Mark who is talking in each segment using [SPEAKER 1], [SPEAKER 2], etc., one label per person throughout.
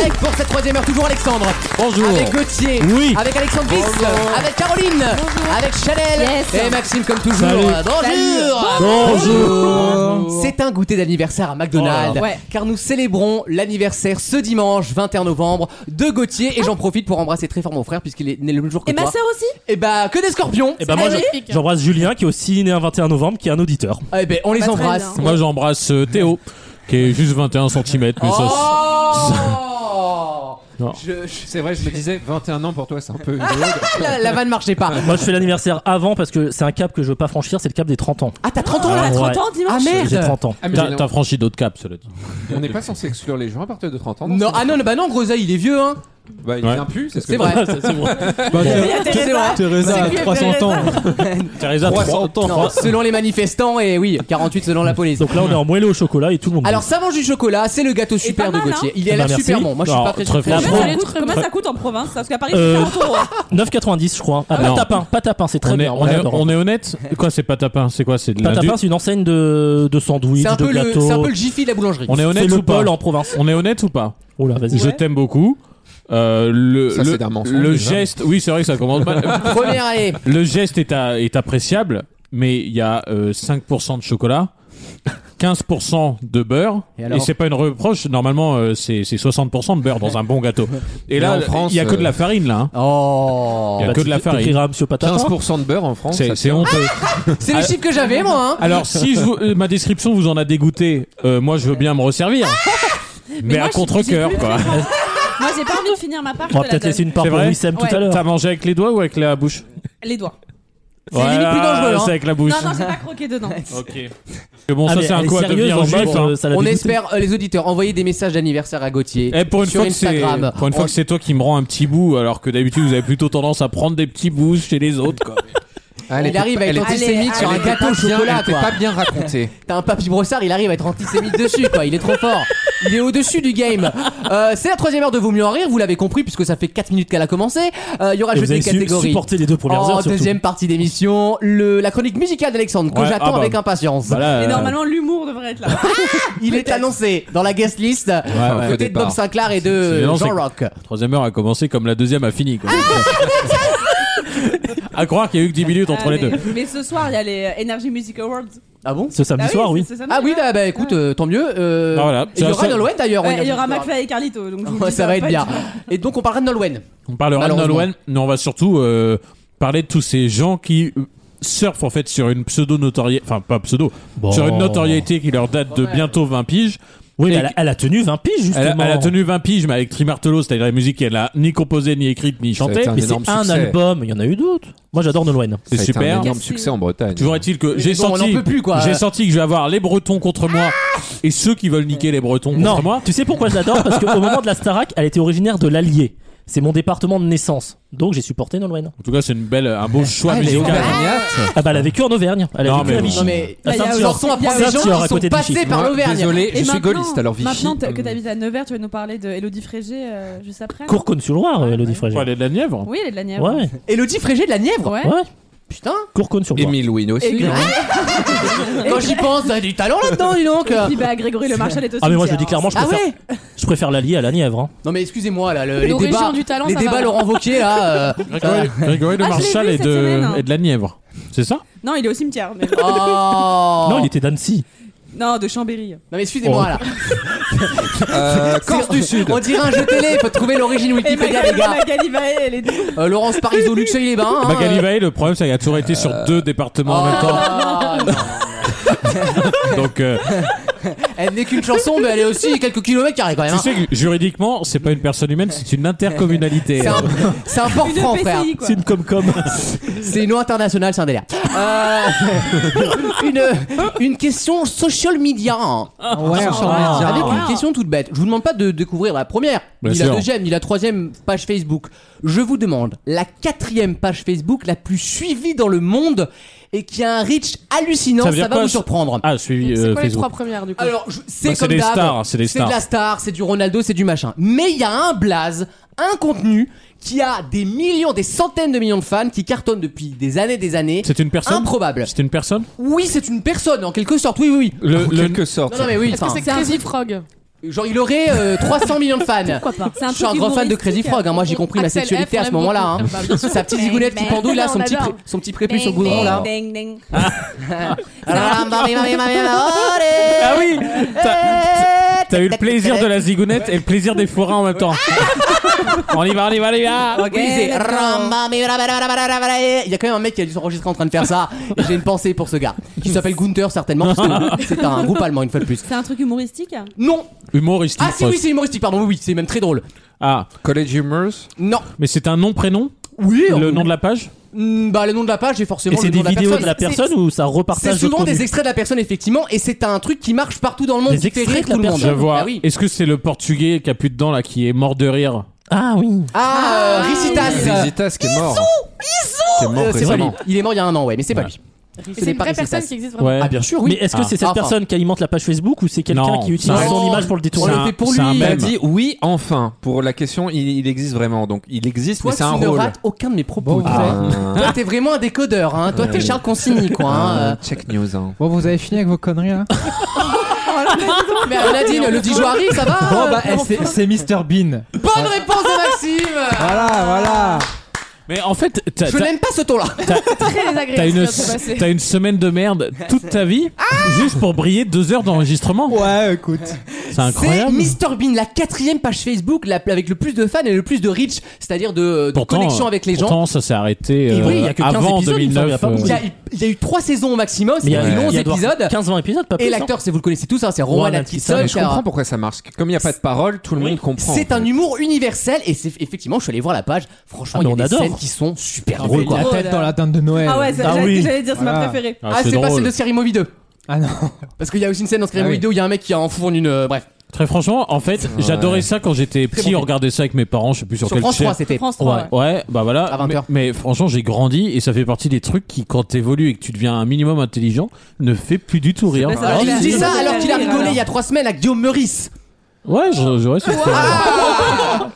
[SPEAKER 1] Avec pour cette troisième heure toujours Alexandre.
[SPEAKER 2] Bonjour.
[SPEAKER 1] Avec Gauthier.
[SPEAKER 2] Oui.
[SPEAKER 1] Avec Alexandre Fils. Avec Caroline. Avec Chanel.
[SPEAKER 3] Yes.
[SPEAKER 1] Et Maxime comme toujours. Euh, Bonjour. C'est un goûter d'anniversaire à McDonald's.
[SPEAKER 3] Oh là là. Ouais.
[SPEAKER 1] Car nous célébrons l'anniversaire ce dimanche 21 novembre de Gauthier. Et j'en profite pour embrasser très fort mon frère puisqu'il est né le même jour que
[SPEAKER 3] Et
[SPEAKER 1] toi.
[SPEAKER 3] ma sœur aussi
[SPEAKER 1] Et bah que des scorpions.
[SPEAKER 4] Et ben moi,
[SPEAKER 3] magnifique.
[SPEAKER 4] je- j'embrasse Julien qui est aussi né un 21 novembre, qui est un auditeur.
[SPEAKER 1] Eh ben on les
[SPEAKER 3] Bah, très
[SPEAKER 1] embrasse.
[SPEAKER 3] bien.
[SPEAKER 5] Moi j'embrasse euh, Théo, qui est juste 21 cm, mais ça
[SPEAKER 1] Oh
[SPEAKER 5] Non.
[SPEAKER 1] Je- je-
[SPEAKER 6] C'est vrai, je me disais, 21 ans pour toi, c'est un peu.
[SPEAKER 1] Ah, la, la vanne marchait pas.
[SPEAKER 4] Moi, je fais l'anniversaire avant parce que c'est un cap que je veux pas franchir, c'est le cap des 30 ans.
[SPEAKER 1] Ah t'as 30 ans
[SPEAKER 3] On a
[SPEAKER 1] là
[SPEAKER 4] ouais.
[SPEAKER 3] 30 ans dimanche
[SPEAKER 1] Ah merde
[SPEAKER 4] J'ai 30 ans.
[SPEAKER 6] Ah, mais
[SPEAKER 5] t'as
[SPEAKER 6] non,
[SPEAKER 5] t'as franchi d'autres caps, cela dit.
[SPEAKER 6] on n'est pas censé exclure les gens à partir de 30 ans.
[SPEAKER 1] Non,
[SPEAKER 6] c'est-
[SPEAKER 1] ah non, bah non, Groseille, il est vieux, hein.
[SPEAKER 6] bah, il
[SPEAKER 5] Ouais.
[SPEAKER 6] vient plus, c'est ce que
[SPEAKER 1] C'est vrai.
[SPEAKER 4] Ça, c'est bon.
[SPEAKER 3] Teresa.
[SPEAKER 7] Teresa a 300 ans.
[SPEAKER 5] Teresa, 300
[SPEAKER 1] Non, selon les manifestants, et oui, 48 selon la police.
[SPEAKER 4] Donc là, on est en moelleux au chocolat et tout le monde.
[SPEAKER 1] Alors, savon jus chocolat, c'est le gâteau super
[SPEAKER 3] pas
[SPEAKER 1] de
[SPEAKER 3] mal,
[SPEAKER 1] Gauthier.
[SPEAKER 3] hein.
[SPEAKER 1] Il est
[SPEAKER 4] Eh
[SPEAKER 1] là
[SPEAKER 4] ben, merci.
[SPEAKER 1] super bon. Moi, je suis
[SPEAKER 5] Alors,
[SPEAKER 1] pas très
[SPEAKER 5] très
[SPEAKER 1] chocolat.
[SPEAKER 5] franchement,
[SPEAKER 3] Combien ça coûte Combien ça coûte en province hein, Parce qu'à Paris, c'est
[SPEAKER 4] Euh,
[SPEAKER 3] 40 euros.
[SPEAKER 4] 9,90 je crois. Ah,
[SPEAKER 5] Non.
[SPEAKER 4] pâte à pain, pâte à pain, c'est très
[SPEAKER 5] on est,
[SPEAKER 4] bien.
[SPEAKER 5] on,
[SPEAKER 4] moi,
[SPEAKER 5] est,
[SPEAKER 4] j'adore.
[SPEAKER 5] on est honnête Quoi, c'est pas tapin C'est quoi C'est de
[SPEAKER 4] Pâte à
[SPEAKER 5] l'indu-
[SPEAKER 4] pain, c'est une enseigne de, de sandwich,
[SPEAKER 1] C'est un,
[SPEAKER 4] de
[SPEAKER 1] peu le-
[SPEAKER 4] gâteau.
[SPEAKER 1] c'est un peu le Jiffy de la boulangerie.
[SPEAKER 5] On est honnête
[SPEAKER 4] C'est
[SPEAKER 5] ou
[SPEAKER 4] le
[SPEAKER 5] pas
[SPEAKER 4] pôle en province.
[SPEAKER 5] On est honnête ou pas
[SPEAKER 4] Oh là, vas-y.
[SPEAKER 5] Je t'aime beaucoup. Euh, le
[SPEAKER 6] Ça,
[SPEAKER 5] le-
[SPEAKER 6] c'est d'un mensonge,
[SPEAKER 5] le
[SPEAKER 6] déjà.
[SPEAKER 5] geste, oui, c'est vrai que ça commence mal.
[SPEAKER 1] Première année.
[SPEAKER 5] le geste est, à- est appréciable, mais il y a euh, 5% de chocolat. 15% de beurre
[SPEAKER 1] Et
[SPEAKER 5] et,
[SPEAKER 1] alors
[SPEAKER 5] c'est pas une reproche normalement euh, c'est c'est 60% de beurre dans un bon gâteau et
[SPEAKER 6] Mais
[SPEAKER 5] là
[SPEAKER 6] en France, euh,
[SPEAKER 5] il y a que de la farine là
[SPEAKER 4] Ah
[SPEAKER 5] hein.
[SPEAKER 1] Oh.
[SPEAKER 5] Il y a que de la farine.
[SPEAKER 4] T'écriras à monsieur Pâte à pain.
[SPEAKER 6] 15% de beurre en France.
[SPEAKER 5] c'est
[SPEAKER 6] ça-
[SPEAKER 5] c'est honteux
[SPEAKER 1] C'est le chiffre que j'avais, moi, hein.
[SPEAKER 5] Alors si je vous- euh, ma description vous en a dégoûté, euh, moi je veux bien me resservir. mais,
[SPEAKER 3] moi,
[SPEAKER 5] à
[SPEAKER 3] j'ai- j'ai
[SPEAKER 5] contre-cœur
[SPEAKER 3] plus
[SPEAKER 5] quoi.
[SPEAKER 3] Moi, j'ai pas envie de finir ma part.
[SPEAKER 4] On
[SPEAKER 3] je
[SPEAKER 4] va
[SPEAKER 3] te la
[SPEAKER 4] peut-être laisser
[SPEAKER 3] donne.
[SPEAKER 4] une part
[SPEAKER 5] C'est
[SPEAKER 4] pour
[SPEAKER 5] vrai
[SPEAKER 4] Wissem tout à l'heure.
[SPEAKER 5] T'as mangé avec les doigts ou avec la bouche
[SPEAKER 3] Les doigts.
[SPEAKER 1] C'est limite plus dangereux, hein.
[SPEAKER 5] C'est avec la bouche.
[SPEAKER 3] Non, non, j'ai pas croqué dedans.
[SPEAKER 5] Ok. Mais bon
[SPEAKER 4] Ah,
[SPEAKER 5] ça
[SPEAKER 4] mais
[SPEAKER 5] c'est un
[SPEAKER 4] elle est
[SPEAKER 5] coup à
[SPEAKER 4] sérieuse,
[SPEAKER 5] devenir
[SPEAKER 4] en
[SPEAKER 5] juif.
[SPEAKER 4] mode,
[SPEAKER 5] hein.
[SPEAKER 4] euh, ça l'a
[SPEAKER 1] On
[SPEAKER 4] dégoûté.
[SPEAKER 1] espère, euh, les auditeurs, envoyer des messages d'anniversaire à Gauthier.
[SPEAKER 5] Eh, pour une
[SPEAKER 1] sur
[SPEAKER 5] fois que c'est
[SPEAKER 1] Instagram.
[SPEAKER 5] pour une fois que c'est toi qui me rends un petit bout alors que d'habitude vous avez plutôt tendance à prendre des petits bouts chez les autres quoi.
[SPEAKER 6] Ah, elle
[SPEAKER 1] Il
[SPEAKER 6] était-
[SPEAKER 1] arrive à
[SPEAKER 6] elle
[SPEAKER 1] être
[SPEAKER 6] était-
[SPEAKER 1] antisémite sur un
[SPEAKER 6] elle était
[SPEAKER 1] gâteau
[SPEAKER 6] pas
[SPEAKER 1] au
[SPEAKER 6] bien-
[SPEAKER 1] chocolat,
[SPEAKER 6] Elle était
[SPEAKER 1] quoi.
[SPEAKER 6] pas bien racontée.
[SPEAKER 1] T'as un papy brossard, il arrive à être antisémite dessus, quoi. Il est trop fort. Il est au-dessus du game. Euh, c'est la troisième heure de Vaut mieux en rire, vous l'avez compris, puisque ça fait 4 minutes qu'elle a commencé. Euh, Il y aura
[SPEAKER 4] Et
[SPEAKER 1] juste des
[SPEAKER 4] vous avez su
[SPEAKER 1] catégories.
[SPEAKER 4] supporter les deux premières
[SPEAKER 1] En
[SPEAKER 4] heures surtout.
[SPEAKER 1] deuxième partie d'émission, le, la chronique musicale d'Alexandre, que
[SPEAKER 5] Ouais,
[SPEAKER 1] j'attends
[SPEAKER 5] ah bah.
[SPEAKER 1] avec impatience.
[SPEAKER 5] Voilà.
[SPEAKER 3] Mais
[SPEAKER 5] euh,
[SPEAKER 3] normalement, l'humour devrait être là.
[SPEAKER 1] Il est annoncé dans la guest list
[SPEAKER 5] ouais.
[SPEAKER 1] aux
[SPEAKER 6] Au
[SPEAKER 1] côté de
[SPEAKER 6] départ.
[SPEAKER 1] Bob Sinclair et
[SPEAKER 5] C'est
[SPEAKER 1] de
[SPEAKER 5] bien,
[SPEAKER 1] Jean
[SPEAKER 5] c'est-
[SPEAKER 1] Rock.
[SPEAKER 5] la troisième heure a commencé comme la deuxième a fini quoi. à croire qu'il y a eu que 10 minutes entre
[SPEAKER 3] Ah,
[SPEAKER 5] les deux.
[SPEAKER 3] mais- Mais ce soir, il y a les euh, Energy Music Awards.
[SPEAKER 1] Ah bon
[SPEAKER 4] Ce samedi
[SPEAKER 3] Ah
[SPEAKER 4] soir, oui.
[SPEAKER 3] c'est- c'est samedi,
[SPEAKER 1] Ah oui,
[SPEAKER 3] ouais.
[SPEAKER 1] bah, bah, écoute, euh, tant mieux. euh,
[SPEAKER 5] Ah, voilà.
[SPEAKER 1] Il y
[SPEAKER 5] C'est
[SPEAKER 1] aura
[SPEAKER 5] la seule-
[SPEAKER 1] Nolwenn d'ailleurs.
[SPEAKER 3] Ouais,
[SPEAKER 1] on
[SPEAKER 3] Il y aura
[SPEAKER 1] plus tard.
[SPEAKER 3] McFly et Carlito. donc je vous
[SPEAKER 1] Ouais,
[SPEAKER 3] dis,
[SPEAKER 1] Oh, ça va être
[SPEAKER 3] pas
[SPEAKER 1] bien.
[SPEAKER 3] du-
[SPEAKER 1] Et donc on parlera de Nolwenn.
[SPEAKER 5] On parlera de
[SPEAKER 1] Malheureusement.
[SPEAKER 5] Nolwenn, mais on va surtout euh, parler de tous ces gens qui euh, surfent en fait sur une pseudo notoriété, enfin pas pseudo,
[SPEAKER 4] Bon.
[SPEAKER 5] sur une notoriété qui leur date de bientôt 20 piges.
[SPEAKER 4] Oui, mais
[SPEAKER 5] Et
[SPEAKER 4] elle, a- elle a tenu 20 piges
[SPEAKER 5] Elle a,
[SPEAKER 4] justement.
[SPEAKER 5] elle a tenu 20 piges, mais avec Trimartelo, c'est-à-dire la musique qu'elle a ni composée, ni écrite, ni chantée.
[SPEAKER 6] été un
[SPEAKER 4] Mais c'est
[SPEAKER 6] énorme
[SPEAKER 4] un
[SPEAKER 6] succès.
[SPEAKER 4] album, il y en a eu d'autres. Moi j'adore Nolwenn.
[SPEAKER 5] C'est
[SPEAKER 6] Ça a été
[SPEAKER 5] super.
[SPEAKER 6] un énorme
[SPEAKER 3] Merci.
[SPEAKER 6] succès en Bretagne.
[SPEAKER 5] Toujours est-il que j'ai
[SPEAKER 1] bon, on
[SPEAKER 5] senti,
[SPEAKER 1] en peut plus, quoi.
[SPEAKER 5] j'ai senti que je vais avoir les Bretons contre moi et ceux qui veulent niquer les Bretons
[SPEAKER 4] Non,
[SPEAKER 5] contre moi.
[SPEAKER 4] tu sais pourquoi je l'adore Parce qu'au moment de la Starac, elle était originaire de l'Allier. C'est mon département de naissance. Donc j'ai supporté Nolwenn.
[SPEAKER 5] En tout cas, c'est une belle, un beau choix
[SPEAKER 6] Ah, les
[SPEAKER 5] musical.
[SPEAKER 6] Auvergnats.
[SPEAKER 4] Ah bah elle a vécu en Auvergne. Elle a
[SPEAKER 5] Non,
[SPEAKER 4] vécu
[SPEAKER 5] mais
[SPEAKER 4] à
[SPEAKER 5] bon.
[SPEAKER 4] Vichy.
[SPEAKER 1] Non mais
[SPEAKER 4] À
[SPEAKER 3] Là, il y a-
[SPEAKER 4] Saint-Cyr.
[SPEAKER 1] j'en reçois
[SPEAKER 3] Il y a
[SPEAKER 1] des gens
[SPEAKER 4] Saint-Cyr, à
[SPEAKER 1] qui sont
[SPEAKER 4] côté de
[SPEAKER 1] passés
[SPEAKER 4] Vichy.
[SPEAKER 1] par
[SPEAKER 6] Moi,
[SPEAKER 1] l'Auvergne.
[SPEAKER 6] Désolé, je suis
[SPEAKER 3] maintenant-
[SPEAKER 6] gaulliste alors Vichy.
[SPEAKER 3] Maintenant t- que
[SPEAKER 6] hum,
[SPEAKER 3] tu habites à Nevers, tu vas nous parler de Elodie Frégé euh, juste après. non
[SPEAKER 4] Cours Cône-sur-Loire, euh, Elodie Frégé.
[SPEAKER 5] Pour aller de la Nièvre.
[SPEAKER 3] Oui, elle est de la Nièvre.
[SPEAKER 4] Ouais, ouais.
[SPEAKER 1] Élodie Frégé de la Nièvre.
[SPEAKER 3] Ouais.
[SPEAKER 4] ouais.
[SPEAKER 1] Putain.
[SPEAKER 4] Cours Cône-sur-Loire.
[SPEAKER 6] Mmh. Émile Wynne aussi.
[SPEAKER 3] Et-
[SPEAKER 1] Quand j'y pense, t'as du talent là-dedans, dis donc.
[SPEAKER 3] Et puis, bah, Grégory Le Marchal est aussi.
[SPEAKER 4] Ah mais moi je le dis clairement, je
[SPEAKER 1] Ah
[SPEAKER 4] préfère,
[SPEAKER 1] ouais.
[SPEAKER 4] je préfère l'Allier à la Nièvre. hein.
[SPEAKER 1] Non mais excusez-moi là, le- les
[SPEAKER 8] Nos
[SPEAKER 1] débats,
[SPEAKER 8] régions du talent,
[SPEAKER 1] les
[SPEAKER 8] ça
[SPEAKER 1] débats
[SPEAKER 8] va.
[SPEAKER 1] Laurent Wauquiez là. euh,
[SPEAKER 5] Grégory, Grégory le
[SPEAKER 3] Ah, je l'ai
[SPEAKER 5] Marchal
[SPEAKER 3] vu
[SPEAKER 5] est
[SPEAKER 3] cette
[SPEAKER 5] de,
[SPEAKER 3] semaine.
[SPEAKER 5] est de la Nièvre. C'est ça
[SPEAKER 3] Non, il est au cimetière. mais-
[SPEAKER 1] oh.
[SPEAKER 4] Non, il était d'Annecy.
[SPEAKER 3] Non, de Chambéry.
[SPEAKER 1] Non, mais excusez-moi là.
[SPEAKER 6] Euh, Corse du Sud.
[SPEAKER 1] On dirait un jeu télé, faut trouver l'origine
[SPEAKER 3] Et
[SPEAKER 1] Wikipédia les
[SPEAKER 3] Magali
[SPEAKER 1] gars.
[SPEAKER 3] Magali Vaé, elle est de-
[SPEAKER 1] Euh, Laurence Parisot, Luxeuil-les-Bains. hein,
[SPEAKER 5] Magali
[SPEAKER 1] euh.
[SPEAKER 5] Vaé, le problème, c'est qu'elle a toujours été sur deux départements Eh ben, en même temps.
[SPEAKER 1] Ah, non.
[SPEAKER 5] Donc, euh,
[SPEAKER 1] Elle n'est qu'une chanson, mais elle est aussi quelques kilomètres carrés quand même.
[SPEAKER 5] tu
[SPEAKER 1] hein.
[SPEAKER 5] sais que juridiquement, c'est pas une personne humaine, c'est une intercommunalité. Euh,
[SPEAKER 1] C'est un, c'est un port
[SPEAKER 3] Une
[SPEAKER 1] franc, frère.
[SPEAKER 3] PCI, quoi.
[SPEAKER 4] C'est une com-com.
[SPEAKER 1] C'est une loi internationale, c'est un délire. Euh, une, une question social media. hein.
[SPEAKER 3] Ah.
[SPEAKER 1] Avec une question toute bête. Je vous demande pas de découvrir la première,
[SPEAKER 5] Bien
[SPEAKER 1] ni la
[SPEAKER 5] sûr.
[SPEAKER 1] deuxième, ni la troisième page Facebook. Je vous demande la quatrième page Facebook la plus suivie dans le monde et qui a un reach hallucinant.
[SPEAKER 5] Ça
[SPEAKER 1] Ça,
[SPEAKER 5] veut dire
[SPEAKER 1] va
[SPEAKER 5] quoi,
[SPEAKER 1] vous
[SPEAKER 5] ce-
[SPEAKER 1] surprendre.
[SPEAKER 5] Ah, suivi
[SPEAKER 8] C'est
[SPEAKER 5] euh,
[SPEAKER 8] quoi les trois
[SPEAKER 5] Facebook.
[SPEAKER 8] premières du coup
[SPEAKER 1] Alors, je- c'est
[SPEAKER 5] Bah, c'est
[SPEAKER 1] comme
[SPEAKER 5] des
[SPEAKER 1] d'hab,
[SPEAKER 5] stars, c'est des
[SPEAKER 1] de la
[SPEAKER 5] stars.
[SPEAKER 1] star, c'est du Ronaldo, c'est du machin. Mais il y a un blaze, un contenu qui a des millions, des centaines de millions de fans, qui cartonne depuis des années, des années.
[SPEAKER 5] C'est une personne
[SPEAKER 1] Improbable.
[SPEAKER 5] C'est une personne
[SPEAKER 1] Oui, c'est une personne, en quelque sorte. Oui, oui, oui.
[SPEAKER 5] le,
[SPEAKER 6] en
[SPEAKER 5] le-
[SPEAKER 6] quelque sorte.
[SPEAKER 1] Non, non, mais oui.
[SPEAKER 7] Est-ce que
[SPEAKER 1] enfin,
[SPEAKER 7] c'est Crazy Frog
[SPEAKER 1] Genre, il aurait euh, 300 millions de fans.
[SPEAKER 3] C'est un
[SPEAKER 1] Je suis un
[SPEAKER 3] truc
[SPEAKER 1] grand fan de Crazy
[SPEAKER 3] humoristique.
[SPEAKER 1] Frog. hein. Moi, j'ai compris ma
[SPEAKER 7] Axel F,
[SPEAKER 1] sexualité à ce
[SPEAKER 7] l'aime
[SPEAKER 1] moment-là. hein.
[SPEAKER 7] beaucoup. Bah, bien sûr.
[SPEAKER 1] Sa petite zigounette qui pendouille là, son petit, pré- son petit prépuce au goudron là.
[SPEAKER 3] Ding, ding.
[SPEAKER 5] Ah oui T'as t'as eu le plaisir de la zigounette et le plaisir des forains en même temps. on y va, on y va, on y va
[SPEAKER 1] Il disait, Il y a quand même un mec qui a dû s'enregistrer en train de faire ça. Et J'ai une pensée pour ce gars. Qui s'appelle Gunther certainement. parce que C'est un groupe allemand une fois de plus.
[SPEAKER 3] C'est un truc humoristique
[SPEAKER 1] Non.
[SPEAKER 5] Humoristique.
[SPEAKER 1] Ah si oui, c'est humoristique. Pardon, oui, oui, c'est même très drôle.
[SPEAKER 5] Ah,
[SPEAKER 6] College Humors.
[SPEAKER 1] Non.
[SPEAKER 5] mais c'est un nom-prénom
[SPEAKER 1] Oui.
[SPEAKER 5] Le nom de la page
[SPEAKER 1] Bah le nom de la page est forcément
[SPEAKER 4] Et
[SPEAKER 1] le
[SPEAKER 4] c'est
[SPEAKER 1] nom
[SPEAKER 4] des
[SPEAKER 1] de la
[SPEAKER 4] vidéos
[SPEAKER 1] personne.
[SPEAKER 4] de la personne ou ça
[SPEAKER 1] C'est
[SPEAKER 4] repartage de
[SPEAKER 1] souvent des
[SPEAKER 4] contenu
[SPEAKER 1] extraits de la personne effectivement, et c'est un truc qui marche partout dans le monde.
[SPEAKER 4] Des
[SPEAKER 1] qui fait
[SPEAKER 4] extraits
[SPEAKER 1] rire
[SPEAKER 4] de la
[SPEAKER 1] tout le monde.
[SPEAKER 5] Je vois.
[SPEAKER 1] Ah oui.
[SPEAKER 5] Est-ce que c'est le portugais qui a plus dedans là qui est mort de rire
[SPEAKER 4] Ah oui.
[SPEAKER 1] Ah, euh, Ricitas.
[SPEAKER 6] Zizitas qui est mort. Qui est mort
[SPEAKER 1] Euh, c'est pas
[SPEAKER 4] vrai,
[SPEAKER 6] récemment.
[SPEAKER 1] lui. Il est mort il y a un an, ouais, mais c'est pas
[SPEAKER 5] Ouais.
[SPEAKER 1] lui. Ce
[SPEAKER 7] C'est
[SPEAKER 1] n'est
[SPEAKER 7] une
[SPEAKER 1] pas
[SPEAKER 7] vraie
[SPEAKER 1] Ricitas.
[SPEAKER 7] personne qui existe vraiment.
[SPEAKER 1] Ah bien sûr, oui.
[SPEAKER 4] Mais est-ce que
[SPEAKER 5] Ah,
[SPEAKER 4] c'est cette
[SPEAKER 1] enfin.
[SPEAKER 4] personne qui alimente la page Facebook ou c'est quelqu'un
[SPEAKER 5] Non,
[SPEAKER 4] qui utilise
[SPEAKER 5] c'est
[SPEAKER 1] un-
[SPEAKER 4] son image pour le
[SPEAKER 1] On
[SPEAKER 4] détourner
[SPEAKER 5] C'est
[SPEAKER 1] le
[SPEAKER 5] un-
[SPEAKER 1] fait pour
[SPEAKER 5] c'est un
[SPEAKER 1] lui.
[SPEAKER 6] Il a
[SPEAKER 5] mème.
[SPEAKER 6] dit oui, enfin. Pour la question, il, il existe vraiment. Donc il existe,
[SPEAKER 1] Toi,
[SPEAKER 6] mais
[SPEAKER 1] tu
[SPEAKER 6] c'est un
[SPEAKER 1] ne
[SPEAKER 6] rôle. Ah.
[SPEAKER 1] rates aucun de mes propos.
[SPEAKER 8] Bon,
[SPEAKER 1] tu sais. Toi, t'es vraiment un décodeur, hein. Toi, t'es Charles Consigny, quoi. hein.
[SPEAKER 6] Ah,
[SPEAKER 1] Euh,
[SPEAKER 6] check news. hein.
[SPEAKER 8] Bon, vous avez fini avec vos conneries là
[SPEAKER 1] Mais euh, Nadine, le Dijon arrive, ça va euh,
[SPEAKER 8] eh, c'est- c'est Mr Bean.
[SPEAKER 1] Bonne réponse de Maxime
[SPEAKER 8] Voilà, voilà.
[SPEAKER 5] Mais en fait, t'as-
[SPEAKER 1] Je
[SPEAKER 5] t'as
[SPEAKER 1] n'aime pas ce ton-là.
[SPEAKER 7] Très désagréable.
[SPEAKER 5] t'as une,
[SPEAKER 7] ce qui vient de se passer.
[SPEAKER 5] t'as une semaine de merde toute ta vie juste pour briller deux heures d'enregistrement.
[SPEAKER 8] Ouais, écoute.
[SPEAKER 5] C'est
[SPEAKER 1] C'est
[SPEAKER 5] incroyable.
[SPEAKER 1] Mr Bean, la quatrième page Facebook la- avec le plus de fans et le plus de reach, c'est-à-dire de, de connexion avec les gens.
[SPEAKER 5] pourtant, ça s'est arrêté
[SPEAKER 4] Et oui,
[SPEAKER 5] euh,
[SPEAKER 4] il y a que 15
[SPEAKER 5] avant
[SPEAKER 4] épisodes, il me semble, il y a
[SPEAKER 5] 2009.
[SPEAKER 4] pas
[SPEAKER 5] euh,
[SPEAKER 4] beaucoup
[SPEAKER 1] Il y, a, il y a eu trois saisons au maximum,
[SPEAKER 4] Mais il y
[SPEAKER 1] c'est
[SPEAKER 4] a
[SPEAKER 1] eu 11
[SPEAKER 4] il y a doit-
[SPEAKER 1] épisodes.
[SPEAKER 4] 15-20 épisodes, pas plus.
[SPEAKER 1] Et
[SPEAKER 4] hein.
[SPEAKER 1] l'acteur, c'est vous le connaissez tous, hein, c'est Rowan
[SPEAKER 4] Rowan
[SPEAKER 1] Atkinson.
[SPEAKER 4] Atkinson,
[SPEAKER 6] Mais
[SPEAKER 1] qui
[SPEAKER 6] je
[SPEAKER 1] a-
[SPEAKER 6] comprends pourquoi ça marche. Comme il n'y a pas de parole, tout le monde comprend.
[SPEAKER 1] C'est un humour universel et c'est effectivement, je suis allé voir la page. Franchement, il
[SPEAKER 4] Ah, mais
[SPEAKER 1] y a
[SPEAKER 4] on
[SPEAKER 1] des
[SPEAKER 4] adore.
[SPEAKER 1] scènes qui sont super
[SPEAKER 8] Il
[SPEAKER 1] drôles.
[SPEAKER 8] la
[SPEAKER 1] Quoi.
[SPEAKER 3] drôle.
[SPEAKER 8] tête dans la dinde de Noël.
[SPEAKER 3] Ah ouais, c'est-
[SPEAKER 4] Ah
[SPEAKER 3] j'allais
[SPEAKER 4] oui.
[SPEAKER 3] j'allais dire, c'est ma
[SPEAKER 8] Voilà.
[SPEAKER 3] préférée.
[SPEAKER 5] Ah,
[SPEAKER 1] Ah, c'est pas
[SPEAKER 5] drôle.
[SPEAKER 1] celle de Scary Movie 2
[SPEAKER 8] Ah non.
[SPEAKER 1] parce qu'il y a aussi une scène dans Scary
[SPEAKER 8] Ah oui.
[SPEAKER 1] Movie 2 où il y a un mec qui enfourne une euh, bref
[SPEAKER 5] Très franchement, en fait, j'adorais ça quand j'étais
[SPEAKER 1] bon
[SPEAKER 5] petit.
[SPEAKER 1] film.
[SPEAKER 5] On regardait ça avec mes parents, je sais plus sur,
[SPEAKER 1] sur
[SPEAKER 5] quelle
[SPEAKER 1] France 3
[SPEAKER 5] chaîne.
[SPEAKER 1] c'était.
[SPEAKER 3] France 3.
[SPEAKER 5] Ouais, ouais, bah voilà.
[SPEAKER 1] À 20
[SPEAKER 5] mais,
[SPEAKER 1] heures.
[SPEAKER 5] mais franchement, j'ai grandi et ça fait partie des trucs qui, quand t'évolues et que tu deviens un minimum intelligent, ne fait plus du tout rire.
[SPEAKER 3] C'est pas ça,
[SPEAKER 5] Ah,
[SPEAKER 1] Il
[SPEAKER 3] Ouais.
[SPEAKER 1] dit ça
[SPEAKER 3] Ouais.
[SPEAKER 1] alors qu'il a rigolé il y a 3 semaines à Guillaume Meurice.
[SPEAKER 5] Ouais, je- j'aurais su faire.
[SPEAKER 1] Ah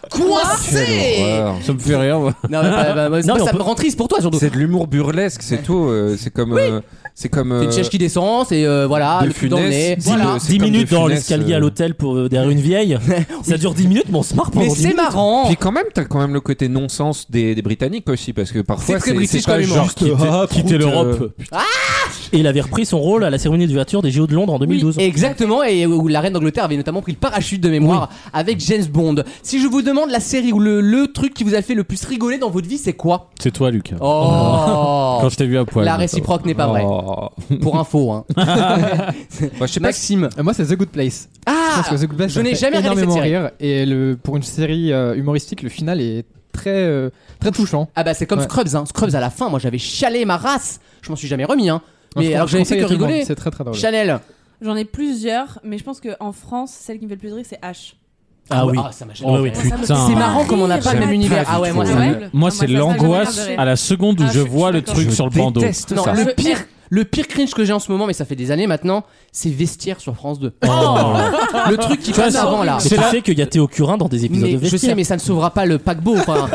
[SPEAKER 1] Coincé
[SPEAKER 6] Horreur.
[SPEAKER 5] Ça me fait rire. moi.
[SPEAKER 1] Non, mais bah, bah, bah, c'est pas-
[SPEAKER 4] Non, mais on
[SPEAKER 1] ça
[SPEAKER 4] peut-
[SPEAKER 1] me rend triste pour toi surtout.
[SPEAKER 6] C'est de l'humour burlesque, c'est tout. euh, C'est comme. euh, C'est comme.
[SPEAKER 1] C'est
[SPEAKER 6] euh,
[SPEAKER 1] une chèche qui descend, c'est euh, voilà,
[SPEAKER 6] De
[SPEAKER 1] le cul dans le
[SPEAKER 6] Funès,
[SPEAKER 1] nez.
[SPEAKER 6] dit
[SPEAKER 1] Voilà.
[SPEAKER 6] le- c'est
[SPEAKER 4] 10
[SPEAKER 6] comme
[SPEAKER 4] minutes
[SPEAKER 6] de
[SPEAKER 4] dans
[SPEAKER 6] Funès,
[SPEAKER 4] l'escalier
[SPEAKER 6] euh.
[SPEAKER 4] à l'hôtel pour, euh, derrière une vieille. ça dure 10 minutes, mais on se marre pendant
[SPEAKER 1] Mais
[SPEAKER 4] 10
[SPEAKER 1] c'est
[SPEAKER 4] minutes.
[SPEAKER 1] marrant
[SPEAKER 6] Puis quand même, t'as quand même le côté non-sens des, des Britanniques aussi, parce que
[SPEAKER 1] C'est
[SPEAKER 6] parfois
[SPEAKER 1] très british
[SPEAKER 6] pas
[SPEAKER 1] comme humour.
[SPEAKER 6] juste,
[SPEAKER 4] Quitter-
[SPEAKER 6] ah,
[SPEAKER 5] Quitter
[SPEAKER 6] prout,
[SPEAKER 5] l'Europe.
[SPEAKER 6] euh,
[SPEAKER 4] Et il avait repris son rôle à la cérémonie d'ouverture des JO de Londres en
[SPEAKER 1] Oui,
[SPEAKER 4] 2012.
[SPEAKER 1] exactement, et où la reine d'Angleterre avait notamment pris le parachute de mémoire avec James Bond. Si je vous demande la série ou le, le truc qui vous a fait le plus rigoler dans votre vie, c'est quoi
[SPEAKER 5] C'est toi, Lucas.
[SPEAKER 4] Oh.
[SPEAKER 1] Oh
[SPEAKER 5] Quand je t'ai vu à poil.
[SPEAKER 1] La réciproque n'est pas vraie.
[SPEAKER 6] Oh.
[SPEAKER 1] Pour info, hein.
[SPEAKER 6] Moi, je sais pas si
[SPEAKER 1] Maxime.
[SPEAKER 8] Euh, Moi, c'est The Good Place. Je
[SPEAKER 1] Ah
[SPEAKER 8] pense que The Good Place,
[SPEAKER 1] je
[SPEAKER 8] ça
[SPEAKER 1] n'ai
[SPEAKER 8] fait
[SPEAKER 1] jamais regardé
[SPEAKER 8] énormément
[SPEAKER 1] cette série.
[SPEAKER 8] rire. Et le, pour une série euh, humoristique, le final est très, euh, très touchant.
[SPEAKER 1] Ah bah c'est comme
[SPEAKER 8] Ouais.
[SPEAKER 1] Scrubs, hein. Scrubs à la fin, moi j'avais chalé ma race. Je m'en suis jamais remis, hein.
[SPEAKER 8] Non,
[SPEAKER 1] Mais
[SPEAKER 8] je
[SPEAKER 1] alors
[SPEAKER 8] je
[SPEAKER 1] j'avais fait
[SPEAKER 8] conseille
[SPEAKER 1] que
[SPEAKER 8] à tout le monde,
[SPEAKER 1] rigoler.
[SPEAKER 8] C'est très très drôle.
[SPEAKER 1] Chanel.
[SPEAKER 3] J'en ai plusieurs, mais je pense qu'en France, celle qui me fait le plus rire, c'est H.
[SPEAKER 4] Ah oui.
[SPEAKER 1] ça m'a gêné.
[SPEAKER 4] Oh, oui.
[SPEAKER 5] Putain.
[SPEAKER 1] C'est marrant comme on n'a pas le même
[SPEAKER 7] J'aime pas
[SPEAKER 1] univers.
[SPEAKER 6] du
[SPEAKER 1] Ah ouais, moi
[SPEAKER 6] tout.
[SPEAKER 1] ça
[SPEAKER 6] Ouais.
[SPEAKER 1] me-
[SPEAKER 7] horrible.
[SPEAKER 5] Moi,
[SPEAKER 7] Ah,
[SPEAKER 5] c'est
[SPEAKER 7] ça, ça,
[SPEAKER 5] l'angoisse
[SPEAKER 7] j'avais
[SPEAKER 5] à la seconde où
[SPEAKER 7] Ah,
[SPEAKER 5] je
[SPEAKER 7] je suis
[SPEAKER 5] vois le
[SPEAKER 7] d'accord.
[SPEAKER 5] truc
[SPEAKER 6] je
[SPEAKER 5] sur le bandeau.
[SPEAKER 6] déteste
[SPEAKER 1] Non,
[SPEAKER 6] ça.
[SPEAKER 1] le
[SPEAKER 7] Je
[SPEAKER 1] pire,
[SPEAKER 7] hais.
[SPEAKER 1] le pire cringe que j'ai en ce moment, mais ça fait des années maintenant, c'est Vestiaire sur France 2.
[SPEAKER 5] Oh.
[SPEAKER 1] le truc qui passe avant là.
[SPEAKER 4] Mais tu sais qu'il y a Théo Curin dans des épisodes
[SPEAKER 1] Mais
[SPEAKER 4] de
[SPEAKER 1] je sais,
[SPEAKER 4] vestiaire.
[SPEAKER 1] mais ça ne sauvera pas le paquebot. Enfin,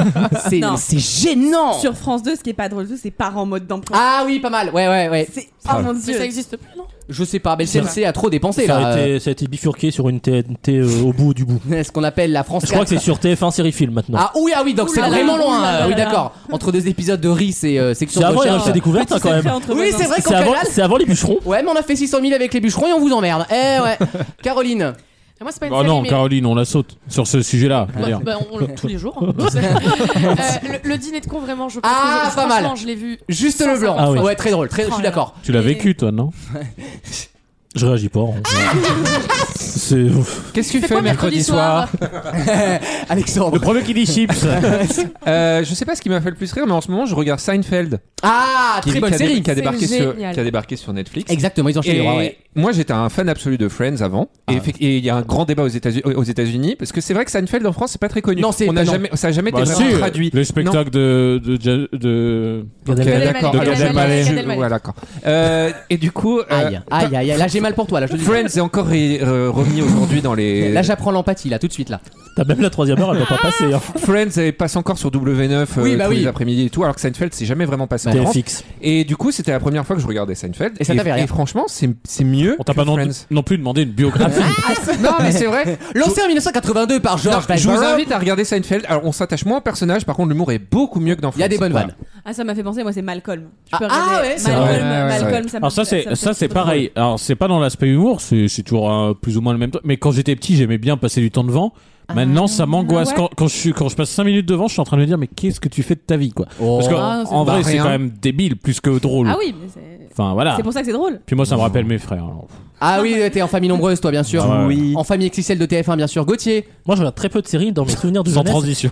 [SPEAKER 1] c'est
[SPEAKER 3] Non.
[SPEAKER 1] c'est gênant.
[SPEAKER 3] Sur France 2, ce qui est pas drôle du tout, c'est parents en mode d'emploi.
[SPEAKER 1] Ah oui, pas mal. Ouais, ouais, ouais.
[SPEAKER 3] C'est. Oh mon
[SPEAKER 7] Mais ça
[SPEAKER 3] dieu.
[SPEAKER 7] existe plus, non
[SPEAKER 1] Je sais pas, mais le CLC a trop dépensé
[SPEAKER 4] ça,
[SPEAKER 1] là.
[SPEAKER 4] a été, ça a été bifurqué sur une TNT euh, au bout du bout.
[SPEAKER 1] Euh, Ce qu'on appelle la France.
[SPEAKER 4] Je crois que
[SPEAKER 1] 4,
[SPEAKER 4] c'est sur TF1 série film maintenant.
[SPEAKER 1] Ah oui, ah oui, donc
[SPEAKER 7] Ouh
[SPEAKER 1] c'est
[SPEAKER 7] là là,
[SPEAKER 1] vraiment
[SPEAKER 7] ouh
[SPEAKER 1] loin.
[SPEAKER 7] là
[SPEAKER 1] euh,
[SPEAKER 7] là
[SPEAKER 1] oui,
[SPEAKER 7] là.
[SPEAKER 1] d'accord. Entre deux épisodes de Riz et euh, Section
[SPEAKER 4] c'est avant les
[SPEAKER 1] Recherche.
[SPEAKER 4] recherches et découvertes hein, quand
[SPEAKER 3] Secret
[SPEAKER 4] même.
[SPEAKER 3] entre
[SPEAKER 1] Oui,
[SPEAKER 3] voisins.
[SPEAKER 1] c'est vrai
[SPEAKER 4] C'est
[SPEAKER 1] qu'en
[SPEAKER 4] avant,
[SPEAKER 1] canal.
[SPEAKER 4] c'est avant les bûcherons.
[SPEAKER 1] Ouais, mais on a fait 600 000 avec les bûcherons et on vous emmerde. Eh ouais. Caroline.
[SPEAKER 7] Moi, c'est pas une
[SPEAKER 5] Oh
[SPEAKER 7] série,
[SPEAKER 5] non,
[SPEAKER 7] mais-
[SPEAKER 5] Caroline, on la saute sur ce sujet-là. je veux dire.
[SPEAKER 7] Bah, bah, on le- tous les jours. hein. Euh, le, le dîner de con, vraiment, je pense que
[SPEAKER 1] Ah,
[SPEAKER 7] je-
[SPEAKER 1] pas
[SPEAKER 7] franchement,
[SPEAKER 1] mal.
[SPEAKER 7] je l'ai vu.
[SPEAKER 1] Juste le blanc.
[SPEAKER 4] Ah oui.
[SPEAKER 1] Ouais, très drôle. Très,
[SPEAKER 7] Oh
[SPEAKER 1] je suis d'accord.
[SPEAKER 5] Tu l'as
[SPEAKER 7] Mais-
[SPEAKER 5] vécu, toi, non
[SPEAKER 4] Je réagis pas. hein. c'est ouf.
[SPEAKER 6] Qu'est-ce que tu
[SPEAKER 7] Fais
[SPEAKER 6] fais
[SPEAKER 7] quoi
[SPEAKER 6] mercredi soir
[SPEAKER 1] Alexandre.
[SPEAKER 5] premier qui dit chips.
[SPEAKER 6] Euh, Je sais pas ce qui m'a fait le plus rire, mais en ce moment, je regarde Seinfeld.
[SPEAKER 1] Ah,
[SPEAKER 6] qui,
[SPEAKER 1] très
[SPEAKER 6] qui
[SPEAKER 1] bonne
[SPEAKER 6] a dé-
[SPEAKER 1] série.
[SPEAKER 6] qui a
[SPEAKER 7] C'est
[SPEAKER 6] débarqué sur,
[SPEAKER 7] génial.
[SPEAKER 6] qui a débarqué sur Netflix.
[SPEAKER 1] Exactement, ils ont enchaîné
[SPEAKER 6] Et
[SPEAKER 1] les bras, ouais. Ah.
[SPEAKER 6] moi j'étais un fan absolu de Friends avant et effe- et il y a un grand débat aux États-Unis aux États-Unis, parce que c'est vrai que Seinfeld en France c'est pas très connu.
[SPEAKER 1] Non, c'est-
[SPEAKER 6] on a
[SPEAKER 1] non.
[SPEAKER 6] jamais ça a jamais été
[SPEAKER 5] Bah,
[SPEAKER 6] vraiment
[SPEAKER 5] si,
[SPEAKER 6] traduit.
[SPEAKER 5] Le spectacle de, de, de, de-
[SPEAKER 6] Ok,
[SPEAKER 4] Gad Elmaleh.
[SPEAKER 6] d'accord.
[SPEAKER 7] Gad
[SPEAKER 6] De
[SPEAKER 7] Elmaleh,
[SPEAKER 6] Gad Elmaleh.
[SPEAKER 7] Gad Elmaleh.
[SPEAKER 6] Ouais, d'accord. Euh, et du coup euh,
[SPEAKER 1] Aïe, aïe, aïe, aïe. Là, j'ai mal pour toi, là, je te le dis.
[SPEAKER 6] Friends est encore ri- euh, euh, remis aujourd'hui dans les.
[SPEAKER 1] Là, j'apprends l'empathie, là, tout de suite, là.
[SPEAKER 4] T'as même la troisième heure, elle
[SPEAKER 1] Ah,
[SPEAKER 4] va pas passer. Hein.
[SPEAKER 6] Friends elle passe encore sur W9 euh,
[SPEAKER 1] Oui, bah
[SPEAKER 6] tous
[SPEAKER 1] oui.
[SPEAKER 6] les après-midi et tout, alors que Seinfeld c'est jamais vraiment passé en France.
[SPEAKER 4] TFX.
[SPEAKER 6] Et du coup, c'était la première fois que je regardais Seinfeld.
[SPEAKER 1] Et ça t'avait rien.
[SPEAKER 6] franchement, c'est c'est mieux.
[SPEAKER 5] On t'a
[SPEAKER 6] que
[SPEAKER 5] pas non,
[SPEAKER 6] Friends.
[SPEAKER 5] non plus demandé une biographie.
[SPEAKER 6] Non, mais c'est vrai.
[SPEAKER 1] Lancé en 1982 par
[SPEAKER 6] Non,
[SPEAKER 1] George
[SPEAKER 6] je vous
[SPEAKER 1] Clinton,
[SPEAKER 6] invite à regarder Seinfeld. Alors, on s'attache moins au personnage, par contre, l'humour est beaucoup mieux que dans
[SPEAKER 1] il y a
[SPEAKER 6] Friends.
[SPEAKER 1] des bonnes
[SPEAKER 6] Voilà.
[SPEAKER 1] vannes.
[SPEAKER 3] Ah, ça m'a fait penser, moi, c'est Malcolm. Tu
[SPEAKER 1] Ah, ah
[SPEAKER 3] regarder
[SPEAKER 1] ouais, c'est
[SPEAKER 3] Malcolm,
[SPEAKER 6] vrai.
[SPEAKER 3] euh,
[SPEAKER 6] Ouais, ouais,
[SPEAKER 3] Malcolm, ça me-
[SPEAKER 5] Alors Ah, ça
[SPEAKER 3] me
[SPEAKER 5] c'est ça
[SPEAKER 3] fait
[SPEAKER 5] c'est
[SPEAKER 3] trop
[SPEAKER 5] pareil. Alors c'est pas dans l'aspect humour, c'est c'est toujours euh, plus ou moins le même truc. Mais quand j'étais petit, j'aimais bien passer du temps devant. Maintenant, ça m'angoisse
[SPEAKER 3] Ah. ouais.
[SPEAKER 5] quand, quand je suis quand je passe 5 minutes devant, je suis en train de me dire mais qu'est-ce que tu fais de ta vie quoi
[SPEAKER 1] Oh.
[SPEAKER 5] Parce que
[SPEAKER 3] Ah, non, c'est
[SPEAKER 5] en
[SPEAKER 6] pas
[SPEAKER 5] vrai, c'est
[SPEAKER 6] rien.
[SPEAKER 5] quand même débile plus que drôle.
[SPEAKER 3] drôle. Ah oui, mais c'est
[SPEAKER 5] Enfin voilà.
[SPEAKER 3] c'est pour ça que c'est drôle.
[SPEAKER 5] Puis moi, ça me rappelle mes frères. alors.
[SPEAKER 1] Ah oui, t'es en famille nombreuse, toi, bien sûr.
[SPEAKER 5] Ah ouais.
[SPEAKER 1] En famille XXL de TF1, bien sûr. Gauthier.
[SPEAKER 4] Moi, je regarde très peu de séries dans mes souvenirs de
[SPEAKER 5] Sans
[SPEAKER 4] jeunesse.
[SPEAKER 5] transition.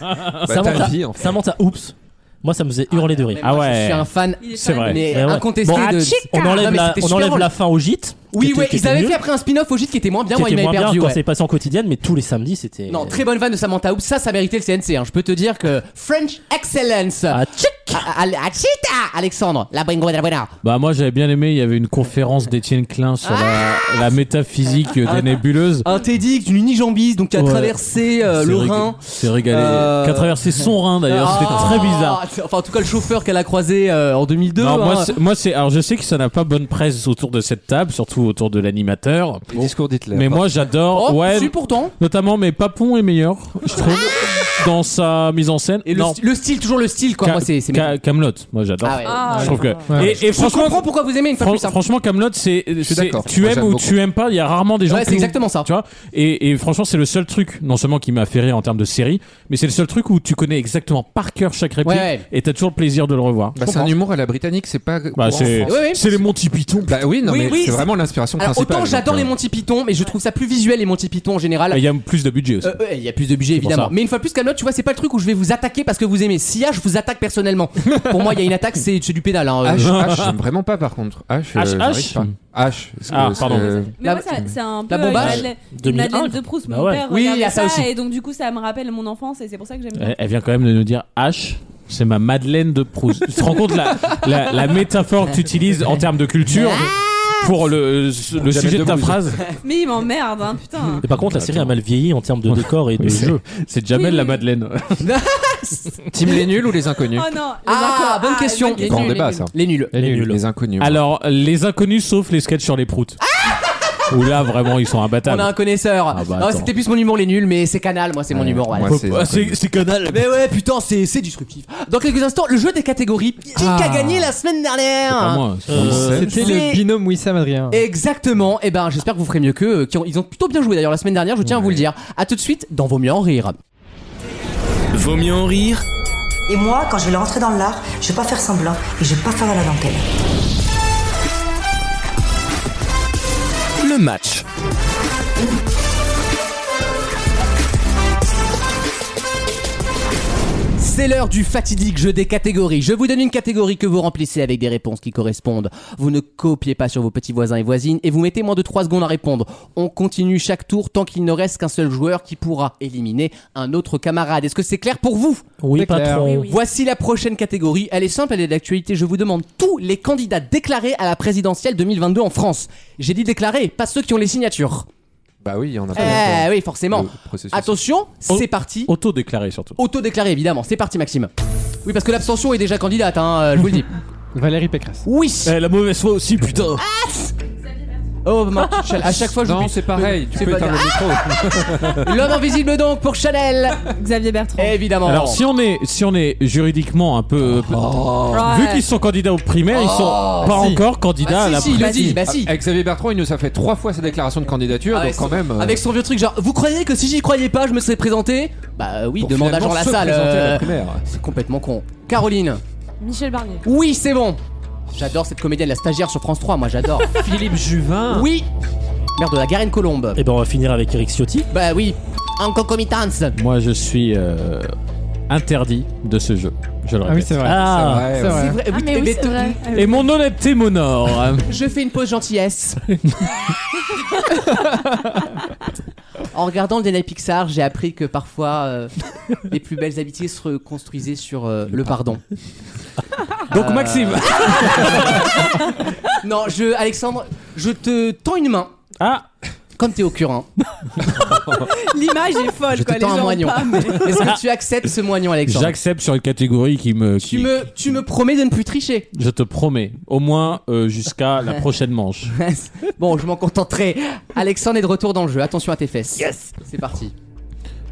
[SPEAKER 6] Bah,
[SPEAKER 4] ça
[SPEAKER 6] t'as
[SPEAKER 4] monte
[SPEAKER 6] une fille, en fait.
[SPEAKER 4] Ça monte à oups. Moi, ça me faisait hurler de rire.
[SPEAKER 5] Ah
[SPEAKER 1] Moi, Je
[SPEAKER 5] ouais.
[SPEAKER 1] suis un fan,
[SPEAKER 3] Il est
[SPEAKER 5] C'est
[SPEAKER 3] fan.
[SPEAKER 5] vrai.
[SPEAKER 1] mais
[SPEAKER 4] Ouais, ouais.
[SPEAKER 1] incontesté
[SPEAKER 4] Bon, ah,
[SPEAKER 1] de.
[SPEAKER 4] chic, On enlève,
[SPEAKER 1] Non, mais
[SPEAKER 4] la,
[SPEAKER 1] c'était
[SPEAKER 4] on
[SPEAKER 1] super
[SPEAKER 4] enlève
[SPEAKER 1] drôle.
[SPEAKER 4] la fin au gîte. qui
[SPEAKER 1] Oui,
[SPEAKER 4] était-
[SPEAKER 1] ouais,
[SPEAKER 4] qui
[SPEAKER 1] ils
[SPEAKER 4] était
[SPEAKER 1] avaient
[SPEAKER 4] mieux,
[SPEAKER 1] fait après un spin-off au gîte qui était moins bien.
[SPEAKER 4] qui
[SPEAKER 1] Moi, il
[SPEAKER 4] était
[SPEAKER 1] m'avait
[SPEAKER 4] moins bien
[SPEAKER 1] perdu.
[SPEAKER 4] quand
[SPEAKER 1] ouais.
[SPEAKER 4] c'est passé en quotidienne, mais tous les samedis, c'était.
[SPEAKER 1] Non, très bonne vanne de Samantha Hobbs. Ça, ça méritait le CNC. hein. Je peux te dire que French Excellence.
[SPEAKER 4] Ah, tchic
[SPEAKER 1] Ah, ah, ah, chita, Alexandre, la bringo de la buena.
[SPEAKER 5] Bah moi, j'avais bien aimé. Il y avait une conférence d'Étienne Klein sur la,
[SPEAKER 3] Ah
[SPEAKER 5] la métaphysique des nébuleuses.
[SPEAKER 1] Un Teddy, une unijambiste, donc qui a
[SPEAKER 5] Ouais.
[SPEAKER 1] traversé euh,
[SPEAKER 5] C'est
[SPEAKER 1] le
[SPEAKER 5] rég-
[SPEAKER 1] Rhin.
[SPEAKER 5] C'est régalé.
[SPEAKER 1] Euh,
[SPEAKER 5] Qui a traversé son Rhin d'ailleurs. C'était
[SPEAKER 1] Ah,
[SPEAKER 5] très bizarre.
[SPEAKER 1] c'est- Enfin, en tout cas, le chauffeur qu'elle a croisé euh, en 2002.
[SPEAKER 5] Non,
[SPEAKER 1] hein.
[SPEAKER 5] moi, c'est- moi, c'est. Alors, je sais que ça n'a pas bonne presse autour de cette table, surtout autour de l'animateur.
[SPEAKER 6] Les discours d'Hitler.
[SPEAKER 5] Mais moi, j'adore.
[SPEAKER 1] Oh,
[SPEAKER 5] ouais.
[SPEAKER 1] si, pourtant.
[SPEAKER 5] Notamment, mais Papon est meilleur, je trouve, dans sa mise en scène.
[SPEAKER 1] Et le,
[SPEAKER 5] non.
[SPEAKER 1] sti- le style, toujours le style, quoi. moi, c'est. c'est-
[SPEAKER 5] Camelot. Moi, j'adore.
[SPEAKER 1] Ah ouais.
[SPEAKER 3] Ah,
[SPEAKER 5] Je trouve que.
[SPEAKER 8] Ouais.
[SPEAKER 5] Et, et
[SPEAKER 1] Je
[SPEAKER 5] franchement,
[SPEAKER 1] comprends pourquoi vous aimez une fois
[SPEAKER 5] fran-
[SPEAKER 1] plus. hein.
[SPEAKER 5] franchement, Camelot, c'est. c'est-
[SPEAKER 6] d'accord.
[SPEAKER 5] Tu
[SPEAKER 6] Moi,
[SPEAKER 5] aimes
[SPEAKER 6] j'aime
[SPEAKER 5] ou
[SPEAKER 6] beaucoup.
[SPEAKER 5] tu aimes pas. Il y a rarement des gens.
[SPEAKER 1] Ouais,
[SPEAKER 5] qui
[SPEAKER 1] c'est exactement ça.
[SPEAKER 5] Tu vois et, et franchement, c'est le seul truc, non seulement qui m'a fait rire en termes de série, mais c'est le seul truc où tu connais exactement par cœur chaque réplique
[SPEAKER 1] Ouais, ouais.
[SPEAKER 5] et t'as toujours le plaisir de le revoir.
[SPEAKER 6] Bah, c'est un humour à la britannique, c'est pas. courant en
[SPEAKER 5] Bah, c'est
[SPEAKER 6] France.
[SPEAKER 1] Oui, oui.
[SPEAKER 5] c'est les Monty Python.
[SPEAKER 6] Bah oui, non,
[SPEAKER 1] Oui,
[SPEAKER 6] mais
[SPEAKER 1] oui,
[SPEAKER 6] c'est
[SPEAKER 1] c'est-
[SPEAKER 6] vraiment l'inspiration
[SPEAKER 1] Alors,
[SPEAKER 6] principale.
[SPEAKER 1] autant j'adore
[SPEAKER 6] donc,
[SPEAKER 1] les
[SPEAKER 6] euh,
[SPEAKER 1] Monty Python, mais je trouve ça plus visuel, les Monty Python en général.
[SPEAKER 5] Il y a plus de budget aussi.
[SPEAKER 1] Euh, euh, Il y a plus de budget
[SPEAKER 5] pour
[SPEAKER 1] évidemment.
[SPEAKER 5] ça.
[SPEAKER 1] Mais une fois de plus, Camelot, tu vois, c'est pas le truc où je vais vous attaquer parce que vous aimez. Si ah, je vous attaque personnellement. Pour moi, il y a une attaque, c'est c'est du pénal. hein.
[SPEAKER 5] Ah,
[SPEAKER 1] Euh,
[SPEAKER 6] H, H, j'aime vraiment pas par contre. H, euh,
[SPEAKER 5] H,
[SPEAKER 6] j'arrive
[SPEAKER 5] H.
[SPEAKER 6] pas. H, parce que
[SPEAKER 5] Ah,
[SPEAKER 6] c'est-
[SPEAKER 5] pardon.
[SPEAKER 6] euh,
[SPEAKER 3] Mais moi,
[SPEAKER 1] La-
[SPEAKER 3] ça- c'est un peu
[SPEAKER 1] la
[SPEAKER 3] euh, une
[SPEAKER 1] bombage
[SPEAKER 3] Madeleine- une
[SPEAKER 4] 2001,
[SPEAKER 3] Madeleine de Proust.
[SPEAKER 4] Bah
[SPEAKER 3] Mon
[SPEAKER 4] ouais.
[SPEAKER 3] père
[SPEAKER 1] Oui, il y a
[SPEAKER 3] regardait
[SPEAKER 1] ça aussi.
[SPEAKER 3] et donc du coup, ça me rappelle mon enfance et c'est pour ça que j'aime bien.
[SPEAKER 5] Elle, elle vient quand même de nous dire H. C'est ma Madeleine de Proust. tu te rends compte la, la, la métaphore que tu utilises en termes de culture pour le, le sujet de ta
[SPEAKER 6] Proust.
[SPEAKER 5] phrase
[SPEAKER 3] Mais il m'emmerde, hein, putain.
[SPEAKER 4] Mais par contre, la série a mal vieilli en termes de décor et de jeu.
[SPEAKER 5] C'est Jamel
[SPEAKER 3] Oui.
[SPEAKER 5] la Madeleine.
[SPEAKER 6] Team les nuls ou les inconnus
[SPEAKER 3] Oh non. les
[SPEAKER 1] Ah,
[SPEAKER 3] accords.
[SPEAKER 1] bonne question.
[SPEAKER 3] les
[SPEAKER 6] Grand
[SPEAKER 3] nuls, les
[SPEAKER 6] débat
[SPEAKER 3] nuls.
[SPEAKER 6] ça.
[SPEAKER 1] Les nuls.
[SPEAKER 6] Les nuls. Les inconnus.
[SPEAKER 5] Alors, les inconnus sauf les sketchs sur les proutes. Où là, vraiment, ils sont
[SPEAKER 1] On
[SPEAKER 5] imbattables.
[SPEAKER 1] a un connaisseur.
[SPEAKER 5] Ah bah,
[SPEAKER 1] Non,
[SPEAKER 5] attends.
[SPEAKER 1] C'était plus mon humour, les nuls, mais c'est canal, moi, c'est mon
[SPEAKER 6] Ouais,
[SPEAKER 1] humour. voilà.
[SPEAKER 6] moi,
[SPEAKER 5] Faut-
[SPEAKER 6] c'est-
[SPEAKER 5] ah, C'est c'est canal.
[SPEAKER 1] Mais ouais, putain, c'est c'est disruptif. Dans quelques instants, le jeu des catégories. Qui a gagné la semaine dernière
[SPEAKER 5] Ah. Pas moi.
[SPEAKER 4] Euh,
[SPEAKER 8] C'était
[SPEAKER 1] c'est-
[SPEAKER 8] le binôme Wissam Adrien.
[SPEAKER 1] Exactement. Et ben, j'espère que vous ferez mieux qu'eux. euh, qui ont- Ils ont plutôt bien joué d'ailleurs la semaine dernière, je tiens à vous le dire. À tout de suite dans Vaut mieux en rire.
[SPEAKER 2] Vaut mieux en rire
[SPEAKER 9] Et moi, quand je vais rentrer dans l'art, je vais pas faire semblant et je vais pas faire la dentelle.
[SPEAKER 2] le match.
[SPEAKER 1] C'est l'heure du fatidique jeu des catégories. Je vous donne une catégorie que vous remplissez avec des réponses qui correspondent. Vous ne copiez pas sur vos petits voisins et voisines et vous mettez moins de 3 secondes à répondre. On continue chaque tour tant qu'il ne reste qu'un seul joueur qui pourra éliminer un autre camarade. Est-ce que c'est clair pour vous
[SPEAKER 4] Oui,
[SPEAKER 8] C'est clair.
[SPEAKER 4] patron.
[SPEAKER 3] Eh Oui.
[SPEAKER 1] Voici la prochaine catégorie. Elle est simple, elle est d'actualité. Je vous demande tous les candidats déclarés à la présidentielle 2022 en France. J'ai dit déclarés, pas ceux qui ont les signatures.
[SPEAKER 6] Bah oui, on a
[SPEAKER 1] Eh
[SPEAKER 6] pas.
[SPEAKER 1] oui, forcément.
[SPEAKER 6] Le processus.
[SPEAKER 1] Attention, c'est
[SPEAKER 5] Oh.
[SPEAKER 1] parti.
[SPEAKER 5] Auto-déclaré surtout.
[SPEAKER 1] Autodéclaré, évidemment. C'est parti, Maxime. Oui, parce que l'abstention est déjà candidate, hein, euh, je vous le dis.
[SPEAKER 8] Valérie Pécresse.
[SPEAKER 1] Oui.
[SPEAKER 5] Eh, la mauvaise foi aussi, putain.
[SPEAKER 1] Ah, Oh, ma- Chanel, à chaque fois, je
[SPEAKER 6] Non,
[SPEAKER 1] l'oublie.
[SPEAKER 6] c'est pareil. Tu
[SPEAKER 1] C'est
[SPEAKER 6] peux
[SPEAKER 1] pas
[SPEAKER 6] éteindre le micro.
[SPEAKER 1] L'homme invisible, donc, pour Chanel.
[SPEAKER 3] Xavier Bertrand.
[SPEAKER 1] Évidemment.
[SPEAKER 5] Alors, si on est, si on est juridiquement un peu.
[SPEAKER 3] Oh. Ouais.
[SPEAKER 5] Vu qu'ils sont candidats aux primaires, ils sont pas
[SPEAKER 8] si.
[SPEAKER 5] encore candidats
[SPEAKER 1] bah,
[SPEAKER 5] à la
[SPEAKER 1] si, si, il le
[SPEAKER 3] Bah,
[SPEAKER 1] dit.
[SPEAKER 3] si.
[SPEAKER 1] Bah, si.
[SPEAKER 6] Avec Ah, Xavier Bertrand, il nous a fait trois fois sa déclaration de candidature,
[SPEAKER 1] Ah,
[SPEAKER 6] donc
[SPEAKER 1] avec
[SPEAKER 6] quand
[SPEAKER 1] son-
[SPEAKER 6] même. euh,
[SPEAKER 1] Avec son vieux truc, genre, vous croyez que si j'y croyais pas, je me serais présenté Bah euh, oui,
[SPEAKER 6] pour
[SPEAKER 1] demande à Jean
[SPEAKER 6] finalement se
[SPEAKER 1] Lassalle.
[SPEAKER 6] présenter à
[SPEAKER 1] euh,
[SPEAKER 6] la primaire.
[SPEAKER 1] C'est complètement con. Caroline,
[SPEAKER 3] Michel Barnier.
[SPEAKER 1] oui, c'est bon. J'adore cette comédienne, la stagiaire sur France 3, moi j'adore.
[SPEAKER 5] Philippe Juvin.
[SPEAKER 1] oui Merde, la Garenne Colombe.
[SPEAKER 4] Et ben, on va finir avec Eric Ciotti.
[SPEAKER 1] Bah oui, en concomitance.
[SPEAKER 7] Ah,
[SPEAKER 5] Moi, je suis euh, interdit de ce jeu. Je le
[SPEAKER 8] Ah oui,
[SPEAKER 5] répète.
[SPEAKER 8] c'est vrai.
[SPEAKER 4] Ah,
[SPEAKER 6] Ouais,
[SPEAKER 8] C'est vrai.
[SPEAKER 1] Vrai,
[SPEAKER 7] Ah, mais oui, c'est
[SPEAKER 1] te-
[SPEAKER 7] vrai.
[SPEAKER 5] Et mon hein. honnêteté m'honore.
[SPEAKER 1] Je fais une pause gentillesse. en regardant le DNA Pixar, j'ai appris que parfois euh, les plus belles amitiés se reconstruisaient sur euh, le pardon.
[SPEAKER 5] Donc, Maxime.
[SPEAKER 1] Euh, Non, je, Alexandre, je te tends une main.
[SPEAKER 5] Ah,
[SPEAKER 1] comme t'es au curin,
[SPEAKER 3] L'image est folle,
[SPEAKER 1] je te
[SPEAKER 3] quoi.
[SPEAKER 1] tends
[SPEAKER 3] les
[SPEAKER 1] un
[SPEAKER 3] gens
[SPEAKER 1] moignon.
[SPEAKER 3] ont pas, mais-
[SPEAKER 1] Est-ce que tu acceptes ce moignon, Alexandre
[SPEAKER 5] J'accepte sur une catégorie qui me.
[SPEAKER 1] tu
[SPEAKER 5] qui-
[SPEAKER 1] me, tu me promets de ne plus tricher.
[SPEAKER 5] Je te promets, au moins euh, jusqu'à la prochaine manche.
[SPEAKER 1] bon, je m'en contenterai. Alexandre est de retour dans le jeu. Attention à tes fesses. Yes C'est parti.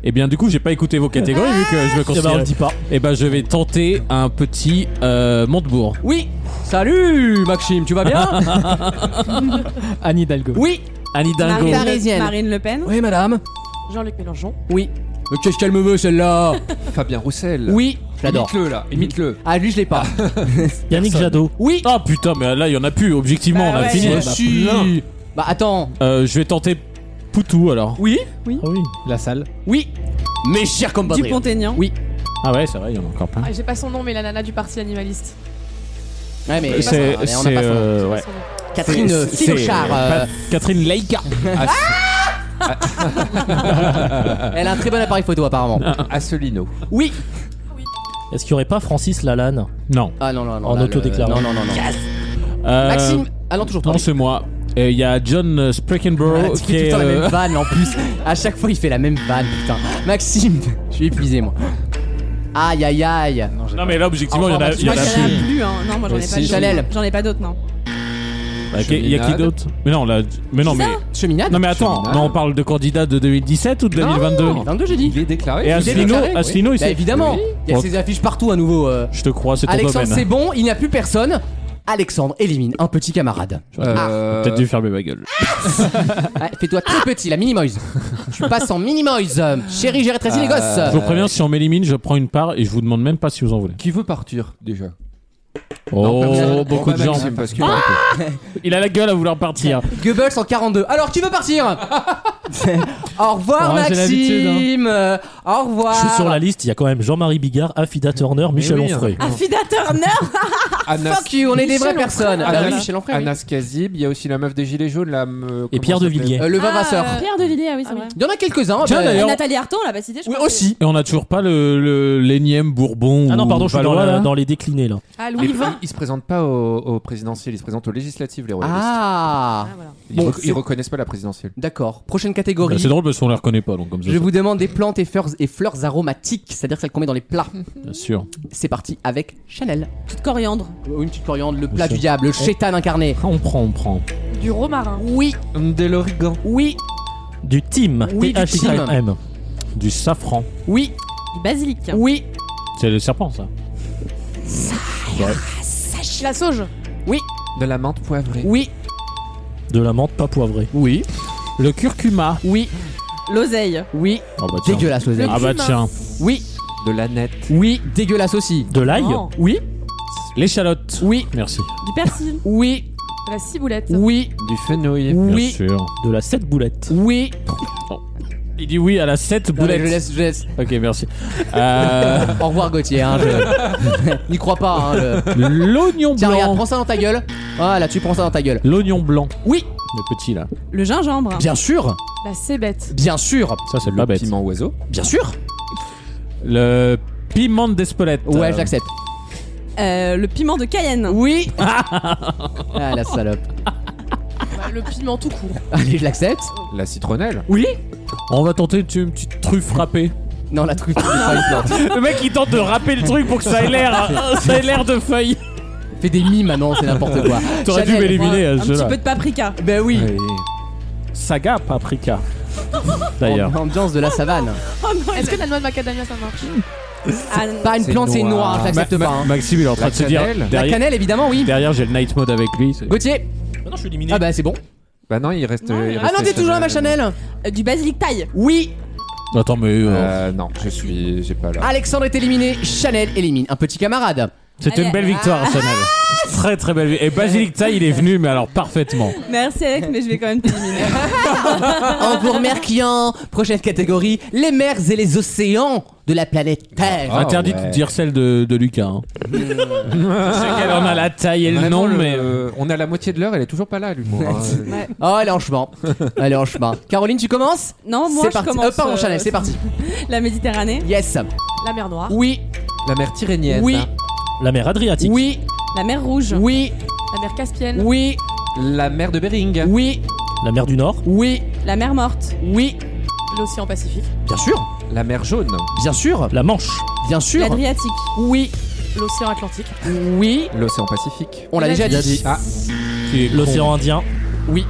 [SPEAKER 5] Et Eh bien du coup, j'ai pas écouté vos catégories vu que
[SPEAKER 4] Eh ben,
[SPEAKER 5] je me
[SPEAKER 4] on le
[SPEAKER 5] considère.
[SPEAKER 4] dit pas.
[SPEAKER 5] Et ben je vais tenter un petit euh, Montebourg.
[SPEAKER 1] Oui Salut, Maxime, tu vas bien
[SPEAKER 8] Anne Hidalgo.
[SPEAKER 1] Oui
[SPEAKER 5] Annie Dingo.
[SPEAKER 1] Dingo.
[SPEAKER 3] Marine,
[SPEAKER 1] Parisienne.
[SPEAKER 3] Marine Le Pen.
[SPEAKER 1] Oui, madame.
[SPEAKER 7] Jean-Luc Mélenchon.
[SPEAKER 1] Oui.
[SPEAKER 6] Euh,
[SPEAKER 1] Mais qu'est-ce qu'elle me veut, celle-là
[SPEAKER 6] Fabien Roussel.
[SPEAKER 1] Oui Je l'adore.
[SPEAKER 6] Imite-le là, imite-le.
[SPEAKER 1] Ah, lui, je l'ai pas.
[SPEAKER 4] Yannick Jadot.
[SPEAKER 1] Oui
[SPEAKER 5] Ah putain, mais là il y en a plus. Objectivement,
[SPEAKER 3] Bah
[SPEAKER 5] on a
[SPEAKER 3] ouais.
[SPEAKER 5] fini.
[SPEAKER 3] Bah,
[SPEAKER 5] Il y en a plein.
[SPEAKER 1] Bah, attends.
[SPEAKER 5] Euh, je vais tenter Poutou alors.
[SPEAKER 1] Oui
[SPEAKER 4] Ah oui.
[SPEAKER 8] La salle.
[SPEAKER 1] Oui Mes chers compatriotes.
[SPEAKER 3] Dupont-Aignan.
[SPEAKER 1] Oui.
[SPEAKER 5] Ah ouais, c'est vrai, il y en a encore plein.
[SPEAKER 7] Ah, J'ai pas son nom, mais la nana du parti animaliste.
[SPEAKER 1] Ouais, mais
[SPEAKER 5] C'est,
[SPEAKER 1] on a pas
[SPEAKER 5] c'est,
[SPEAKER 1] son-
[SPEAKER 5] euh, ouais.
[SPEAKER 7] Son nom.
[SPEAKER 1] Catherine
[SPEAKER 5] C'est-
[SPEAKER 1] euh,
[SPEAKER 5] c'est-
[SPEAKER 1] Finochard. euh,
[SPEAKER 5] Pas- Catherine Leica.
[SPEAKER 1] elle a un très bon appareil photo, apparemment.
[SPEAKER 6] Asselineau.
[SPEAKER 1] Oui
[SPEAKER 4] Est-ce qu'il y aurait pas Francis Lalanne
[SPEAKER 5] Non.
[SPEAKER 1] Ah non, non, non.
[SPEAKER 4] En
[SPEAKER 1] là, le-
[SPEAKER 4] autodéclaré.
[SPEAKER 1] Non, non, non. non.
[SPEAKER 5] Euh,
[SPEAKER 1] Maxime, allons toujours
[SPEAKER 5] Non,
[SPEAKER 1] parler.
[SPEAKER 5] c'est moi. Et Il y a John
[SPEAKER 1] Ah,
[SPEAKER 5] Sprackenborough
[SPEAKER 1] tu
[SPEAKER 5] qui
[SPEAKER 1] fais tout le
[SPEAKER 5] est.
[SPEAKER 1] temps la
[SPEAKER 5] euh,
[SPEAKER 1] même vanne en plus. À chaque fois, il fait la même vanne, putain. Maxime, je suis épuisé, moi. Aïe, aïe, aïe.
[SPEAKER 5] Non, mais là, objectivement, il y en a. Il y en
[SPEAKER 3] Moi,
[SPEAKER 5] a
[SPEAKER 3] j'en
[SPEAKER 5] plus.
[SPEAKER 3] ai plus, hein. Non, moi, j'en ai pas
[SPEAKER 1] si, Chanel.
[SPEAKER 3] d'autres. J'en ai pas d'autres, non.
[SPEAKER 5] Bah, qui- Il y a qui
[SPEAKER 6] Cheminade.
[SPEAKER 5] d'autre Mais non, là. Mais non, mais.
[SPEAKER 1] Cheminade
[SPEAKER 5] Non, mais attends,
[SPEAKER 6] Cheminade.
[SPEAKER 5] non, on parle de candidat de 2017 ou de 2022
[SPEAKER 1] 22, j'ai dit.
[SPEAKER 6] Il est déclaré.
[SPEAKER 5] Et
[SPEAKER 6] ce
[SPEAKER 1] est
[SPEAKER 5] Asselineau,
[SPEAKER 1] déclaré, oui.
[SPEAKER 5] Asselineau, il
[SPEAKER 1] Bah,
[SPEAKER 5] s'est-
[SPEAKER 1] évidemment, il y a
[SPEAKER 5] Bon.
[SPEAKER 1] ces affiches partout à nouveau. euh.
[SPEAKER 5] Je te crois, Oh. c'est ton
[SPEAKER 1] Alexandre, c'est
[SPEAKER 5] domaine.
[SPEAKER 1] bon, il n'y a plus personne. Alexandre élimine un petit camarade.
[SPEAKER 6] Euh,
[SPEAKER 5] Peut-être dû fermer ma gueule.
[SPEAKER 1] Ah, Fais-toi très petit, la Minimoise. tu passes en Minimoise. Chérie, j'ai rétréci les
[SPEAKER 5] Je vous
[SPEAKER 1] gosses.
[SPEAKER 5] préviens, si on m'élimine, je prends une part et je vous demande même pas si vous en voulez.
[SPEAKER 6] Qui veut partir déjà
[SPEAKER 5] Oh,
[SPEAKER 6] personne.
[SPEAKER 5] beaucoup
[SPEAKER 6] Bon,
[SPEAKER 5] de
[SPEAKER 6] bah,
[SPEAKER 5] gens.
[SPEAKER 6] Maxime, parce que-
[SPEAKER 1] Ah,
[SPEAKER 5] Il a la gueule à vouloir partir.
[SPEAKER 1] Goebbels en 42. Alors, tu veux partir Au revoir,
[SPEAKER 8] Ouais, j'ai l'habitude, hein.
[SPEAKER 1] Maxime. Euh, Au revoir.
[SPEAKER 4] Ah. Je suis sur la liste, il y a quand même Jean-Marie Bigard, Afida Turner, Michel
[SPEAKER 6] oui, hein.
[SPEAKER 4] Onfray.
[SPEAKER 3] Affida Ah, Turner
[SPEAKER 6] Anas,
[SPEAKER 1] Fuck you, on est des vraies personnes.
[SPEAKER 6] Anas,
[SPEAKER 1] Bah oui, Michel Onfray, oui.
[SPEAKER 6] Anas Kazib, il y a aussi la meuf des Gilets jaunes, la. me- comment
[SPEAKER 4] Et Pierre
[SPEAKER 6] elle
[SPEAKER 4] de
[SPEAKER 6] s'appelle
[SPEAKER 4] Villiers.
[SPEAKER 1] Euh, le vin Vasseur.
[SPEAKER 3] Pierre de Villiers, ah oui, c'est vrai. Euh,
[SPEAKER 1] Il y en a quelques-uns.
[SPEAKER 5] Tiens,
[SPEAKER 1] bah,
[SPEAKER 5] d'ailleurs.
[SPEAKER 3] Nathalie Arton, on l'a pas cité, je
[SPEAKER 5] Oui,
[SPEAKER 3] crois.
[SPEAKER 5] aussi. Et on n'a toujours pas le- le l'énième Bourbon.
[SPEAKER 4] Ah non,
[SPEAKER 5] ou
[SPEAKER 4] pardon, je suis dans,
[SPEAKER 5] Valois,
[SPEAKER 4] la-
[SPEAKER 5] là. Bah,
[SPEAKER 4] dans les déclinés là.
[SPEAKER 7] Ah,
[SPEAKER 6] Et
[SPEAKER 7] Louis
[SPEAKER 6] puis,
[SPEAKER 7] Vuitton.
[SPEAKER 6] euh, Ils se présentent pas au, au présidentiel, ils se présentent aux législatives, les royalistes.
[SPEAKER 1] Ah,
[SPEAKER 6] ils,
[SPEAKER 1] bon,
[SPEAKER 6] rec- ils
[SPEAKER 1] c'est-
[SPEAKER 6] reconnaissent pas la présidentielle.
[SPEAKER 1] d'accord. Prochaine
[SPEAKER 5] Bah,
[SPEAKER 1] catégorie.
[SPEAKER 5] C'est drôle parce qu'on les reconnaît pas, donc comme ça.
[SPEAKER 1] Je vous demande des plantes et fleurs, et fleurs aromatiques, c'est-à-dire celles qu'on met dans les plats.
[SPEAKER 5] Bien sûr.
[SPEAKER 1] C'est parti avec Chanel. Euh,
[SPEAKER 3] Petite coriandre.
[SPEAKER 1] Une petite coriandre, le plat
[SPEAKER 5] sûr.
[SPEAKER 1] du diable, le chétan incarné.
[SPEAKER 5] On prend, on prend.
[SPEAKER 7] Du romarin.
[SPEAKER 1] Oui,
[SPEAKER 6] De l'origan.
[SPEAKER 1] oui,
[SPEAKER 4] Du Tim,
[SPEAKER 1] Oui, du
[SPEAKER 4] T-H-I-M.
[SPEAKER 5] Du safran.
[SPEAKER 1] oui,
[SPEAKER 3] Du basilic.
[SPEAKER 1] oui,
[SPEAKER 5] C'est le serpent, ça.
[SPEAKER 7] La sauge.
[SPEAKER 6] De la menthe poivrée.
[SPEAKER 1] oui,
[SPEAKER 4] De la menthe pas poivrée.
[SPEAKER 1] oui,
[SPEAKER 5] Le curcuma.
[SPEAKER 1] oui,
[SPEAKER 3] L'oseille.
[SPEAKER 1] oui.
[SPEAKER 5] Ah bah tiens.
[SPEAKER 1] Dégueulasse l'oseille.
[SPEAKER 5] Ah bah tiens.
[SPEAKER 1] Oui,
[SPEAKER 6] De la nette.
[SPEAKER 1] oui, dégueulasse aussi.
[SPEAKER 4] De l'ail.
[SPEAKER 3] Non.
[SPEAKER 1] Oui,
[SPEAKER 5] L'échalote.
[SPEAKER 1] oui,
[SPEAKER 5] Merci.
[SPEAKER 3] Du persil.
[SPEAKER 1] oui,
[SPEAKER 7] De la ciboulette.
[SPEAKER 1] oui,
[SPEAKER 6] Du fenouil.
[SPEAKER 5] Bien
[SPEAKER 1] oui,
[SPEAKER 5] sûr.
[SPEAKER 4] De la 7 boulette.
[SPEAKER 1] oui.
[SPEAKER 5] Il dit oui à la 7
[SPEAKER 1] Non, mais je
[SPEAKER 5] boulette.
[SPEAKER 1] laisse, je laisse.
[SPEAKER 5] Ok, merci. Euh,
[SPEAKER 1] Au revoir Gauthier. Hein, je- N'y crois pas. Hein, je-
[SPEAKER 5] L'oignon
[SPEAKER 1] Tiens, regarde, prends
[SPEAKER 5] blanc.
[SPEAKER 1] ça dans ta gueule. Voilà, tu prends ça dans ta gueule.
[SPEAKER 5] L'oignon blanc.
[SPEAKER 1] Oui,
[SPEAKER 5] Le petit là.
[SPEAKER 3] Le gingembre.
[SPEAKER 1] bien sûr,
[SPEAKER 7] La cébette.
[SPEAKER 1] bien sûr,
[SPEAKER 5] Ça, c'est
[SPEAKER 6] Le
[SPEAKER 5] pas bête.
[SPEAKER 6] piment oiseau.
[SPEAKER 1] bien sûr.
[SPEAKER 5] Le piment d'Espelette.
[SPEAKER 1] Ouais,
[SPEAKER 5] Euh,
[SPEAKER 1] je l'accepte.
[SPEAKER 3] Euh, le piment de Cayenne.
[SPEAKER 1] Oui. ah la salope.
[SPEAKER 7] Bah, le piment tout court.
[SPEAKER 1] Allez, je l'accepte.
[SPEAKER 6] La citronnelle.
[SPEAKER 1] Oui.
[SPEAKER 5] Euh, On va tenter une une petite truffe râpée.
[SPEAKER 1] Non, la truffe. c'est pas une plante.
[SPEAKER 5] le mec il tente de râper le truc pour que ça ait l'air, ça ait l'air de feuille.
[SPEAKER 1] Fais des mimes maintenant, c'est n'importe quoi.
[SPEAKER 5] T'aurais dû
[SPEAKER 1] Chanel.
[SPEAKER 5] m'éliminer euh, à
[SPEAKER 3] Un
[SPEAKER 5] ce
[SPEAKER 3] petit
[SPEAKER 5] jeu-là.
[SPEAKER 3] peu de paprika.
[SPEAKER 1] Ben oui.
[SPEAKER 5] Saga paprika. D'ailleurs.
[SPEAKER 1] En ambiance de la savane.
[SPEAKER 7] Est-ce que la noix de macadamia ça marche
[SPEAKER 1] Hmm.
[SPEAKER 3] Ah, non.
[SPEAKER 1] Pas une
[SPEAKER 6] C'est
[SPEAKER 1] plante, c'est une
[SPEAKER 6] noir.
[SPEAKER 1] noire. Je l'accepte
[SPEAKER 5] Ma-
[SPEAKER 1] pas.
[SPEAKER 5] Ma-
[SPEAKER 1] hein.
[SPEAKER 5] Maxime il est en train
[SPEAKER 6] La
[SPEAKER 5] de se dire
[SPEAKER 6] cannelle.
[SPEAKER 1] La
[SPEAKER 5] Bah, derrière,
[SPEAKER 1] cannelle, évidemment, oui.
[SPEAKER 5] derrière, j'ai le night mode avec lui. c'est-
[SPEAKER 1] Gauthier.
[SPEAKER 4] non, je suis éliminé.
[SPEAKER 1] Ah bah c'est bon.
[SPEAKER 6] Bah non, il reste. il
[SPEAKER 1] Ah
[SPEAKER 6] reste
[SPEAKER 1] non,
[SPEAKER 6] la
[SPEAKER 1] t'es toujours là, ma Chanel.
[SPEAKER 3] Euh, Du basilic thaï.
[SPEAKER 1] Oui.
[SPEAKER 5] Attends mais euh,
[SPEAKER 6] Euh, non, je suis. J'ai pas là.
[SPEAKER 1] Alexandre est éliminé. Chanel élimine un petit camarade.
[SPEAKER 5] c'était une belle
[SPEAKER 3] Ah.
[SPEAKER 5] victoire Chanel. Très très belle. vi- Et Basilic Taille il est venu mais alors parfaitement.
[SPEAKER 3] Merci Alex, mais je vais quand même t'éliminer.
[SPEAKER 1] En vous remerciant. Prochaine catégorie les mers et les océans de la planète Terre.
[SPEAKER 6] Ah,
[SPEAKER 5] Interdit
[SPEAKER 6] ouais.
[SPEAKER 5] de dire celle de, de Lucas. hein. Je sais qu'elle en a la taille et le
[SPEAKER 6] Vraiment,
[SPEAKER 5] nom
[SPEAKER 6] le-
[SPEAKER 5] mais.
[SPEAKER 6] euh, on a la moitié de l'heure, elle est toujours pas là, l'humour. hein.
[SPEAKER 3] Ouais.
[SPEAKER 1] Oh, elle est en chemin. Elle est en chemin. Caroline, tu commences
[SPEAKER 3] Non, moi
[SPEAKER 1] C'est
[SPEAKER 3] je
[SPEAKER 1] parti.
[SPEAKER 3] commence.
[SPEAKER 1] Euh, pardon,
[SPEAKER 3] euh,
[SPEAKER 1] Chanel, c'est parti.
[SPEAKER 3] La Méditerranée.
[SPEAKER 1] Yes.
[SPEAKER 7] La mer noire.
[SPEAKER 1] Oui,
[SPEAKER 6] La mère Tyrénienne.
[SPEAKER 1] oui,
[SPEAKER 4] La mer Adriatique.
[SPEAKER 1] oui,
[SPEAKER 3] La mer Rouge.
[SPEAKER 1] oui,
[SPEAKER 7] La mer Caspienne.
[SPEAKER 1] oui,
[SPEAKER 6] La mère de Bering.
[SPEAKER 1] oui,
[SPEAKER 4] La mer du Nord.
[SPEAKER 1] oui,
[SPEAKER 3] La mer morte.
[SPEAKER 1] Oui,
[SPEAKER 7] L'océan Pacifique.
[SPEAKER 1] bien sûr,
[SPEAKER 6] La mer jaune.
[SPEAKER 1] bien sûr,
[SPEAKER 4] La Manche.
[SPEAKER 1] bien sûr.
[SPEAKER 3] L'Adriatique.
[SPEAKER 1] Oui,
[SPEAKER 7] L'océan Atlantique.
[SPEAKER 1] oui,
[SPEAKER 6] L'océan Pacifique.
[SPEAKER 1] on l'a déjà dit.
[SPEAKER 6] Ah,
[SPEAKER 4] L'océan Indien.
[SPEAKER 1] Oui,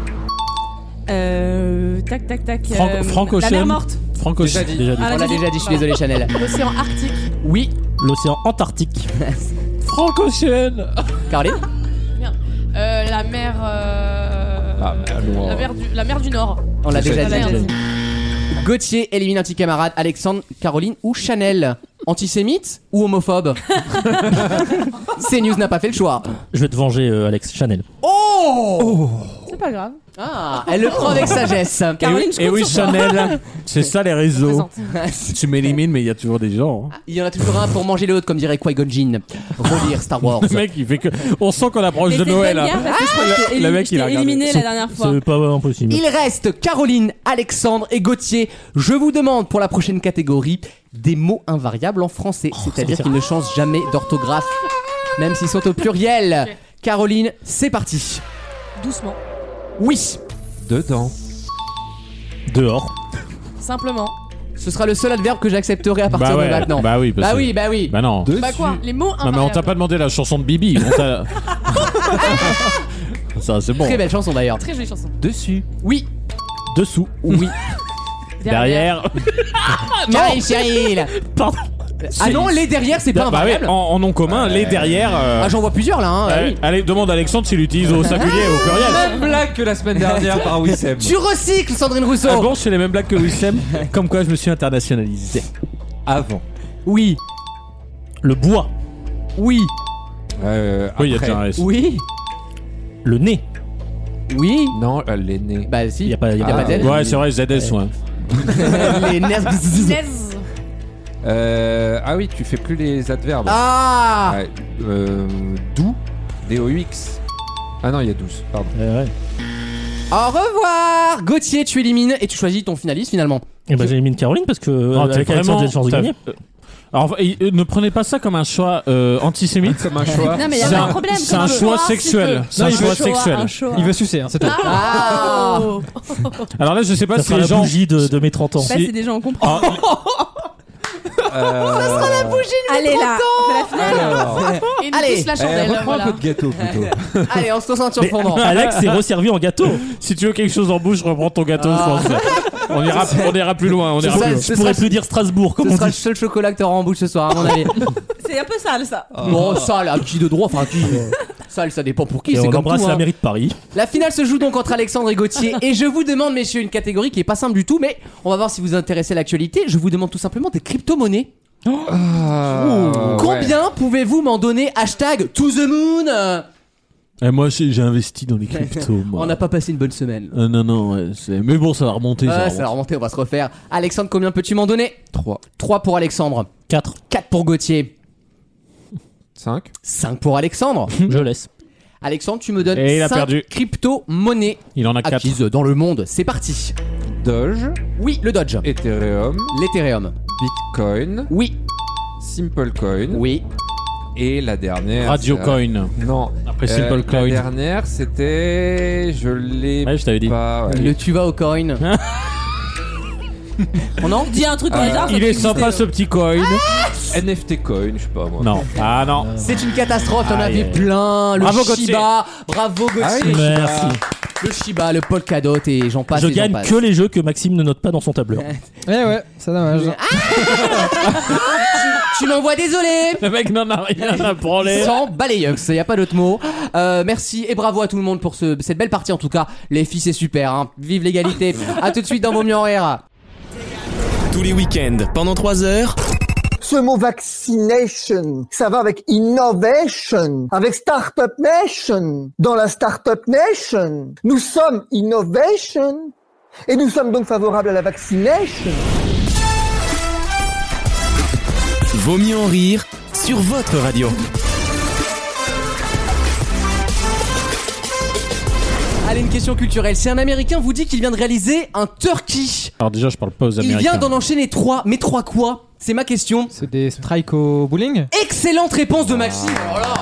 [SPEAKER 3] Euh, tac, tac, tac.
[SPEAKER 4] Franco-
[SPEAKER 3] euh,
[SPEAKER 4] Franco
[SPEAKER 3] la
[SPEAKER 4] Ocean.
[SPEAKER 3] mer morte.
[SPEAKER 4] Franco
[SPEAKER 6] Déjà dit.
[SPEAKER 4] déjà dit.
[SPEAKER 3] Ah,
[SPEAKER 1] on l'a déjà dit, je suis désolé Chanel.
[SPEAKER 7] L'océan Arctique.
[SPEAKER 1] Oui,
[SPEAKER 4] L'océan Antarctique. Franco
[SPEAKER 1] Caroline
[SPEAKER 7] Euh, la mer. euh,
[SPEAKER 6] Ah, bah, loin.
[SPEAKER 7] la, mer du, la mer du Nord.
[SPEAKER 1] On l'a déjà
[SPEAKER 7] La mer
[SPEAKER 1] dit.
[SPEAKER 7] du-
[SPEAKER 1] Gauthier élimine un petit camarade, Alexandre, Caroline ou Chanel Antisémite ou homophobe CNews n'a pas fait le choix.
[SPEAKER 4] Je vais te venger, euh, Alex Chanel.
[SPEAKER 7] C'est pas grave.
[SPEAKER 1] Ah, elle le prend avec sagesse.
[SPEAKER 3] Caroline, je
[SPEAKER 5] Oh. Et oui, Chanel, c'est ça les réseaux.
[SPEAKER 7] Présente.
[SPEAKER 5] Tu m'élimines, mais il y a toujours des gens. hein.
[SPEAKER 1] Il y en a toujours un pour manger l'autre, comme dirait Qui-Gon Jinn. Relire Star Wars.
[SPEAKER 5] Le mec, il fait que. On sent qu'on approche
[SPEAKER 3] Mais
[SPEAKER 5] de
[SPEAKER 3] fais
[SPEAKER 5] Noël.
[SPEAKER 3] bien
[SPEAKER 5] hein.
[SPEAKER 1] Ah
[SPEAKER 3] gaffe, parce que je t'ai
[SPEAKER 5] Le
[SPEAKER 3] éliminé-
[SPEAKER 5] mec, il a
[SPEAKER 3] je t'ai
[SPEAKER 5] regardé.
[SPEAKER 3] éliminé la dernière fois.
[SPEAKER 4] C'est pas impossible.
[SPEAKER 1] Il reste Caroline, Alexandre et Gauthier. Je vous demande pour la prochaine catégorie des mots invariables en français,
[SPEAKER 5] Oh,
[SPEAKER 1] c'est-à-dire
[SPEAKER 4] ça me
[SPEAKER 1] qu'ils ne changent jamais d'orthographe, même s'ils sont au pluriel. Caroline, c'est parti.
[SPEAKER 7] Doucement.
[SPEAKER 1] Oui,
[SPEAKER 6] Dedans.
[SPEAKER 4] Dehors.
[SPEAKER 7] Simplement.
[SPEAKER 1] ce sera le seul adverbe que j'accepterai à partir
[SPEAKER 5] Bah ouais.
[SPEAKER 1] de maintenant.
[SPEAKER 5] Bah oui, parce
[SPEAKER 1] bah
[SPEAKER 5] que-
[SPEAKER 1] oui, bah oui.
[SPEAKER 5] Bah non.
[SPEAKER 7] Bah quoi Les mots
[SPEAKER 5] Non, mais on t'a
[SPEAKER 7] invariables.
[SPEAKER 5] pas demandé la chanson de Bibi. on t'a- ça, c'est bon.
[SPEAKER 1] Très belle chanson d'ailleurs.
[SPEAKER 7] Très jolie chanson.
[SPEAKER 6] Dessus.
[SPEAKER 1] Oui,
[SPEAKER 4] Dessous.
[SPEAKER 1] oui.
[SPEAKER 5] Derrière. Ah,
[SPEAKER 1] Chérie, chérie. là.
[SPEAKER 4] Pardon.
[SPEAKER 1] Ah non, les derrière, c'est pas
[SPEAKER 5] Bah oui,
[SPEAKER 1] invariable.
[SPEAKER 5] en, en nom commun, les derrière. euh,
[SPEAKER 1] Ah, j'en vois plusieurs là. hein.
[SPEAKER 5] allez, allez, demande à Alexandre s'il l'utilise au singulier et au pluriel.
[SPEAKER 6] Même blague que la semaine dernière par Wissem.
[SPEAKER 1] Tu recycles, Sandrine Rousseau.
[SPEAKER 5] Ah bon, c'est les mêmes blagues que Wissem. Comme quoi, je me suis internationalisé.
[SPEAKER 6] Avant.
[SPEAKER 1] Oui,
[SPEAKER 4] Le bois.
[SPEAKER 1] oui,
[SPEAKER 6] Euh,
[SPEAKER 5] Oui, il y a
[SPEAKER 6] après.
[SPEAKER 5] déjà un S.
[SPEAKER 1] oui,
[SPEAKER 4] Le nez.
[SPEAKER 1] oui.
[SPEAKER 6] Non, euh, l'aîné.
[SPEAKER 1] Bah si.
[SPEAKER 4] Il y a pas, il y a
[SPEAKER 1] Ah,
[SPEAKER 4] pas
[SPEAKER 1] bah,
[SPEAKER 4] de-
[SPEAKER 1] elle.
[SPEAKER 5] Ouais, c'est vrai, ZS, ouais.
[SPEAKER 1] les nerfs.
[SPEAKER 7] Naise.
[SPEAKER 6] Euh, ah oui, tu fais plus les adverbes.
[SPEAKER 1] Ah
[SPEAKER 6] Ouais, euh, doux. D-O-U-X. Ah non, il y a 12, pardon.
[SPEAKER 4] Ouais, ouais.
[SPEAKER 1] Au revoir Gauthier, tu élimines et tu choisis ton finaliste finalement.
[SPEAKER 4] Et bah j'élimine Caroline parce que euh,
[SPEAKER 5] Non, Ah, t'es
[SPEAKER 4] avec Alexandre, j'ai de chance de
[SPEAKER 5] t'as-
[SPEAKER 4] gagner.
[SPEAKER 5] euh, Alors, enfin, et- et ne prenez pas ça comme un choix euh, antisémite.
[SPEAKER 6] Comme un choix.
[SPEAKER 3] Non, mais y a
[SPEAKER 5] C'est
[SPEAKER 3] pas
[SPEAKER 5] un,
[SPEAKER 3] de problème.
[SPEAKER 5] c'est
[SPEAKER 3] comme
[SPEAKER 5] un
[SPEAKER 3] je
[SPEAKER 5] choix
[SPEAKER 3] vois,
[SPEAKER 5] sexuel.
[SPEAKER 3] si
[SPEAKER 5] C'est un
[SPEAKER 3] peu.
[SPEAKER 5] choix
[SPEAKER 3] Un
[SPEAKER 5] sexuel.
[SPEAKER 3] un choix.
[SPEAKER 8] Il veut sucer, hein, c'est tout.
[SPEAKER 1] Ah
[SPEAKER 7] Oh.
[SPEAKER 5] Alors là, je sais pas
[SPEAKER 4] Ça
[SPEAKER 5] si
[SPEAKER 4] sera
[SPEAKER 5] les
[SPEAKER 4] la
[SPEAKER 5] gens.
[SPEAKER 4] bougie de, de mes 30 ans.
[SPEAKER 3] Bah, c'est des gens, on comprend.
[SPEAKER 5] Ah,
[SPEAKER 6] Ça sera la bouche.
[SPEAKER 3] Allez là, on fait la finale.
[SPEAKER 7] Et nous
[SPEAKER 1] Allez.
[SPEAKER 7] tous la
[SPEAKER 6] Eh,
[SPEAKER 7] chandelle.
[SPEAKER 6] reprends
[SPEAKER 7] voilà.
[SPEAKER 6] un peu de gâteau plutôt.
[SPEAKER 1] Ah. Allez, on se concentre sur
[SPEAKER 4] Mais
[SPEAKER 1] fondant.
[SPEAKER 4] Alex est resservi en gâteau.
[SPEAKER 5] si tu veux quelque chose en bouche, reprends ton gâteau, je pense. On ira, on ira plus loin. On
[SPEAKER 1] C'est
[SPEAKER 5] ira
[SPEAKER 1] ça,
[SPEAKER 5] plus loin.
[SPEAKER 1] ce
[SPEAKER 4] Je pourrais
[SPEAKER 1] sera,
[SPEAKER 4] plus dire Strasbourg comme
[SPEAKER 1] ce
[SPEAKER 4] on
[SPEAKER 1] sera le
[SPEAKER 4] dit.
[SPEAKER 1] seul chocolat que t'auras en bouche ce soir, à mon avis.
[SPEAKER 3] C'est un peu sale ça.
[SPEAKER 4] Oh.
[SPEAKER 1] Bon, sale, un petit de droit, enfin, un petit. Sale, ça dépend pour qui,
[SPEAKER 4] Et
[SPEAKER 1] c'est
[SPEAKER 4] on
[SPEAKER 1] comme
[SPEAKER 4] embrasse
[SPEAKER 1] tout.
[SPEAKER 4] la
[SPEAKER 1] hein.
[SPEAKER 4] mairie de Paris.
[SPEAKER 1] La finale se joue donc entre Alexandre et Gauthier. Et je vous demande, messieurs, une catégorie qui est pas simple du tout, mais on va voir si vous intéressez à l'actualité. Je vous demande tout simplement des crypto-monnaies.
[SPEAKER 6] Ah, ouais.
[SPEAKER 1] Combien pouvez-vous m'en donner Hashtag to the moon euh,
[SPEAKER 5] Et Eh, moi, j'ai j'ai investi dans les cryptos. moi.
[SPEAKER 1] On n'a pas passé une bonne semaine.
[SPEAKER 5] Euh, non, non, ouais, c'est- mais bon, ça va remonter.
[SPEAKER 1] Ah,
[SPEAKER 5] va
[SPEAKER 1] ça va remonter, on va se refaire. Alexandre, combien peux-tu m'en donner
[SPEAKER 6] 3,
[SPEAKER 1] 3 pour Alexandre,
[SPEAKER 4] 4.
[SPEAKER 1] 4 pour Gauthier,
[SPEAKER 6] 5.
[SPEAKER 1] 5 pour Alexandre.
[SPEAKER 4] Je laisse.
[SPEAKER 1] Alexandre, tu me donnes
[SPEAKER 5] Et il a
[SPEAKER 1] 5
[SPEAKER 5] perdu.
[SPEAKER 1] crypto-monnaies
[SPEAKER 5] Il en a 4.
[SPEAKER 1] acquises dans le monde. C'est parti.
[SPEAKER 6] Doge,
[SPEAKER 1] Oui, le Dodge.
[SPEAKER 6] Ethereum,
[SPEAKER 1] L'Ethereum.
[SPEAKER 6] Bitcoin,
[SPEAKER 1] Oui.
[SPEAKER 6] Simplecoin
[SPEAKER 1] Oui.
[SPEAKER 6] et la dernière.
[SPEAKER 5] Radio
[SPEAKER 6] c'est-
[SPEAKER 5] Coin.
[SPEAKER 6] Non.
[SPEAKER 5] Après
[SPEAKER 6] Euh,
[SPEAKER 5] Simplecoin.
[SPEAKER 6] La dernière, c'était. Je l'ai
[SPEAKER 5] Ouais, je t'avais dit.
[SPEAKER 6] pas. ouais.
[SPEAKER 1] Le tu vas au coin.
[SPEAKER 5] Hein
[SPEAKER 1] on en
[SPEAKER 3] Dis un truc au hasard. ça
[SPEAKER 5] Ah, Il
[SPEAKER 3] peut
[SPEAKER 5] est
[SPEAKER 3] exister,
[SPEAKER 5] sympa
[SPEAKER 3] là.
[SPEAKER 5] ce petit coin.
[SPEAKER 6] NFT Coin, je sais pas moi.
[SPEAKER 5] Non. Ah non.
[SPEAKER 1] C'est une catastrophe, on a
[SPEAKER 5] Aïe,
[SPEAKER 1] vu
[SPEAKER 5] aïe.
[SPEAKER 1] plein. Le
[SPEAKER 5] Bravo, Gauthier.
[SPEAKER 1] Shiba, bravo Gauthier.
[SPEAKER 6] Ah oui,
[SPEAKER 1] le Shiba.
[SPEAKER 4] Merci.
[SPEAKER 1] Le Shiba, le Polkadot et j'en passe.
[SPEAKER 4] Je
[SPEAKER 1] et j'en
[SPEAKER 4] gagne
[SPEAKER 1] passe.
[SPEAKER 4] que les jeux que Maxime ne note pas dans son tableur.
[SPEAKER 8] Eh ouais, c'est dommage.
[SPEAKER 1] Tu m'envoies désolé.
[SPEAKER 5] Le mec n'en a rien à branler.
[SPEAKER 1] Sans balayeux, il n'y a pas d'autre mot. Euh, merci et bravo à tout le monde pour ce- cette belle partie en tout cas. Les filles, c'est super. hein. Vive l'égalité. à tout de suite dans Vos mieux en rire.
[SPEAKER 2] Tous les week-ends, pendant 3 heures,
[SPEAKER 10] Ce mot vaccination, ça va avec innovation, avec startup nation. Dans la startup nation, nous sommes innovation et nous sommes donc favorables à la vaccination.
[SPEAKER 2] Vaut mieux en rire sur votre radio.
[SPEAKER 1] Allez, une question culturelle. Si un Américain vous dit qu'il vient de réaliser un turkey,
[SPEAKER 5] Alors déjà, je parle pas aux
[SPEAKER 1] il
[SPEAKER 5] Américains.
[SPEAKER 1] vient d'en enchaîner trois. Mais trois quoi C'est ma question.
[SPEAKER 8] C'est des strikes au bowling
[SPEAKER 1] Excellente réponse de Maxime. Oh là.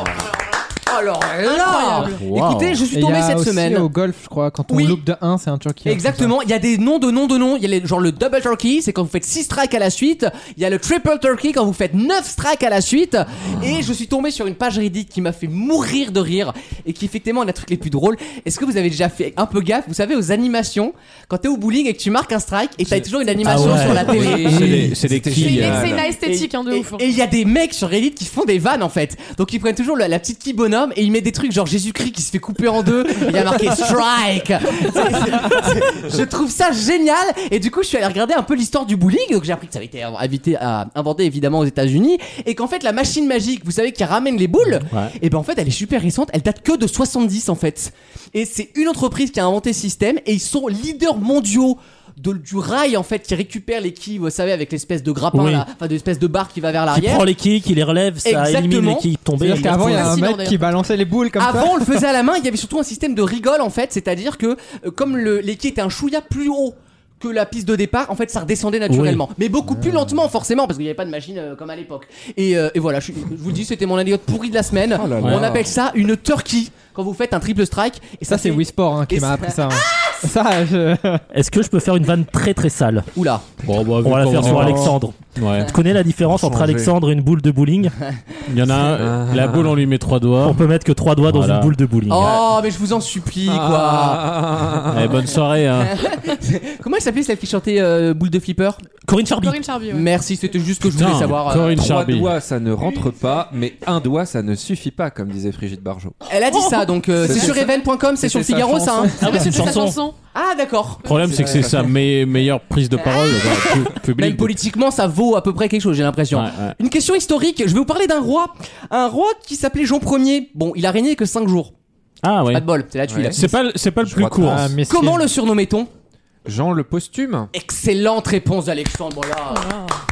[SPEAKER 1] Alors là
[SPEAKER 7] Incroyable.
[SPEAKER 1] Écoutez, je suis tombé cette semaine.
[SPEAKER 8] au golf, je crois, quand on
[SPEAKER 1] Oui.
[SPEAKER 8] loupe de 1, c'est un turkey.
[SPEAKER 1] Exactement, il y a des noms de noms de noms, il y a les- genre le double turkey, c'est quand vous faites 6 strikes à la suite, il y a le triple turkey quand vous faites 9 strikes à la suite et je suis tombé sur une page Reddit qui m'a fait mourir de rire et qui effectivement est un truc les plus drôles. Est-ce que vous avez déjà fait un peu gaffe, vous savez aux animations quand t'es au bowling et que tu marques un strike et t'as toujours une animation
[SPEAKER 4] Ah ouais.
[SPEAKER 1] sur la télé
[SPEAKER 6] C'est des- c'est des
[SPEAKER 7] C'est
[SPEAKER 6] quilles.
[SPEAKER 7] une- c'est une
[SPEAKER 6] euh,
[SPEAKER 7] esthétique hein, de
[SPEAKER 1] et-
[SPEAKER 7] ouf. hein.
[SPEAKER 1] Et il y a des mecs sur Reddit qui font des vannes en fait. Donc ils prennent toujours la, la petite qui bonhomme et ils mettent des trucs genre Jésus-Christ qui se fait couper en deux. et Il y a marqué strike. C'est- c'est- c'est- je trouve ça génial. Et du coup, je suis allé regarder un peu l'histoire du bowling. Donc j'ai appris que ça avait été invité à inventer évidemment aux États-Unis et qu'en fait la machine magique, vous savez, qui ramène les boules, et ben en fait elle est super récente. Elle date que de 70 en fait. Et c'est une entreprise qui a inventé ce système et ils sont leaders mondiaux. de- du rail en fait qui récupère les quilles vous savez avec l'espèce de grappin
[SPEAKER 4] Oui.
[SPEAKER 1] là enfin de l'espèce de barre qui va vers
[SPEAKER 4] Qui
[SPEAKER 1] l'arrière
[SPEAKER 4] prend les kicks, qui les relève, ça élimine
[SPEAKER 1] Exactement.
[SPEAKER 4] les quilles tombées.
[SPEAKER 8] C'est-à-dire qu'avant, il y a un
[SPEAKER 7] Fascinant,
[SPEAKER 8] mec
[SPEAKER 7] d'ailleurs.
[SPEAKER 8] qui balançait les boules comme ça.
[SPEAKER 1] Avant, on le faisait à la main. Il y avait surtout un système de rigole en fait, c'est-à-dire que euh, comme le, les quilles étaient un chouïa plus haut que la piste de départ, en fait, ça redescendait naturellement, mais beaucoup plus lentement forcément parce qu'il n'y avait pas de machine euh, comme à l'époque. Et, euh, et voilà, je, suis- je vous le dis, c'était mon anecdote pourrie de la semaine.
[SPEAKER 6] là là.
[SPEAKER 1] on appelle ça une turkey quand vous faites un triple strike. Et ça,
[SPEAKER 8] Ça, c'est
[SPEAKER 1] fait-
[SPEAKER 8] Wii Sport hein,
[SPEAKER 1] Et Ah,
[SPEAKER 8] qui m'a
[SPEAKER 1] ça-
[SPEAKER 8] appris ça. hein. Ça, je.
[SPEAKER 4] Est-ce que je peux faire une vanne très très sale
[SPEAKER 1] Oula.
[SPEAKER 5] Bon, bah, vu
[SPEAKER 4] On va la
[SPEAKER 5] qu'on
[SPEAKER 4] faire
[SPEAKER 5] est-
[SPEAKER 4] sur Alexandre.
[SPEAKER 5] Ouais.
[SPEAKER 4] Tu connais la différence entre
[SPEAKER 6] Changer.
[SPEAKER 4] Alexandre et une boule de bowling
[SPEAKER 5] Il y en a
[SPEAKER 6] Ah.
[SPEAKER 5] un, la boule, on lui met trois doigts.
[SPEAKER 4] On peut mettre que trois doigts dans
[SPEAKER 5] Voilà.
[SPEAKER 4] une boule de bowling.
[SPEAKER 1] Oh, mais je vous en supplie
[SPEAKER 6] Ah,
[SPEAKER 1] quoi.
[SPEAKER 5] Eh, bonne soirée. hein.
[SPEAKER 1] Comment elle s'appelait celle qui chantait euh, Boule de Flipper
[SPEAKER 4] Corinne Charby.
[SPEAKER 7] Corinne Charby. ouais.
[SPEAKER 1] Merci, c'était juste que je
[SPEAKER 5] Putain,
[SPEAKER 1] voulais savoir. euh,
[SPEAKER 5] Corinne
[SPEAKER 6] ah. Trois
[SPEAKER 5] Charby.
[SPEAKER 6] doigts, ça ne rentre pas, mais un doigt, ça ne suffit pas, comme disait Frigide Barjot.
[SPEAKER 1] Elle a dit ça, donc euh, c'est
[SPEAKER 6] C'était
[SPEAKER 1] sur
[SPEAKER 6] sa-
[SPEAKER 1] even.com, c'est sur le
[SPEAKER 6] c'était sa
[SPEAKER 1] Figaro ça. hein.
[SPEAKER 4] Ah ouais, c'est une
[SPEAKER 7] C'est sa
[SPEAKER 4] chanson.
[SPEAKER 7] chanson.
[SPEAKER 1] Ah d'accord.
[SPEAKER 5] Le problème, c'est que c'est sa me- meilleure prise de parole
[SPEAKER 6] Ah.
[SPEAKER 5] bah, pu-
[SPEAKER 1] Même
[SPEAKER 5] publique.
[SPEAKER 1] politiquement, ça vaut à peu près quelque chose, j'ai l'impression.
[SPEAKER 5] Ouais, ouais.
[SPEAKER 1] Une question historique, je vais vous parler d'un roi. Un roi qui s'appelait Jean Ier. Bon, il a régné que 5 jours.
[SPEAKER 5] Ah ouais.
[SPEAKER 1] Pas de bol, c'est là tu
[SPEAKER 6] Ouais.
[SPEAKER 1] l'as.
[SPEAKER 5] C'est pas, le- c'est pas le
[SPEAKER 6] Je
[SPEAKER 5] plus
[SPEAKER 6] crois que-
[SPEAKER 5] court.
[SPEAKER 8] Ah, mais c'est-
[SPEAKER 1] Comment le surnommait-on
[SPEAKER 6] Jean le posthume
[SPEAKER 1] Excellente réponse d'Alexandre. Bon, là,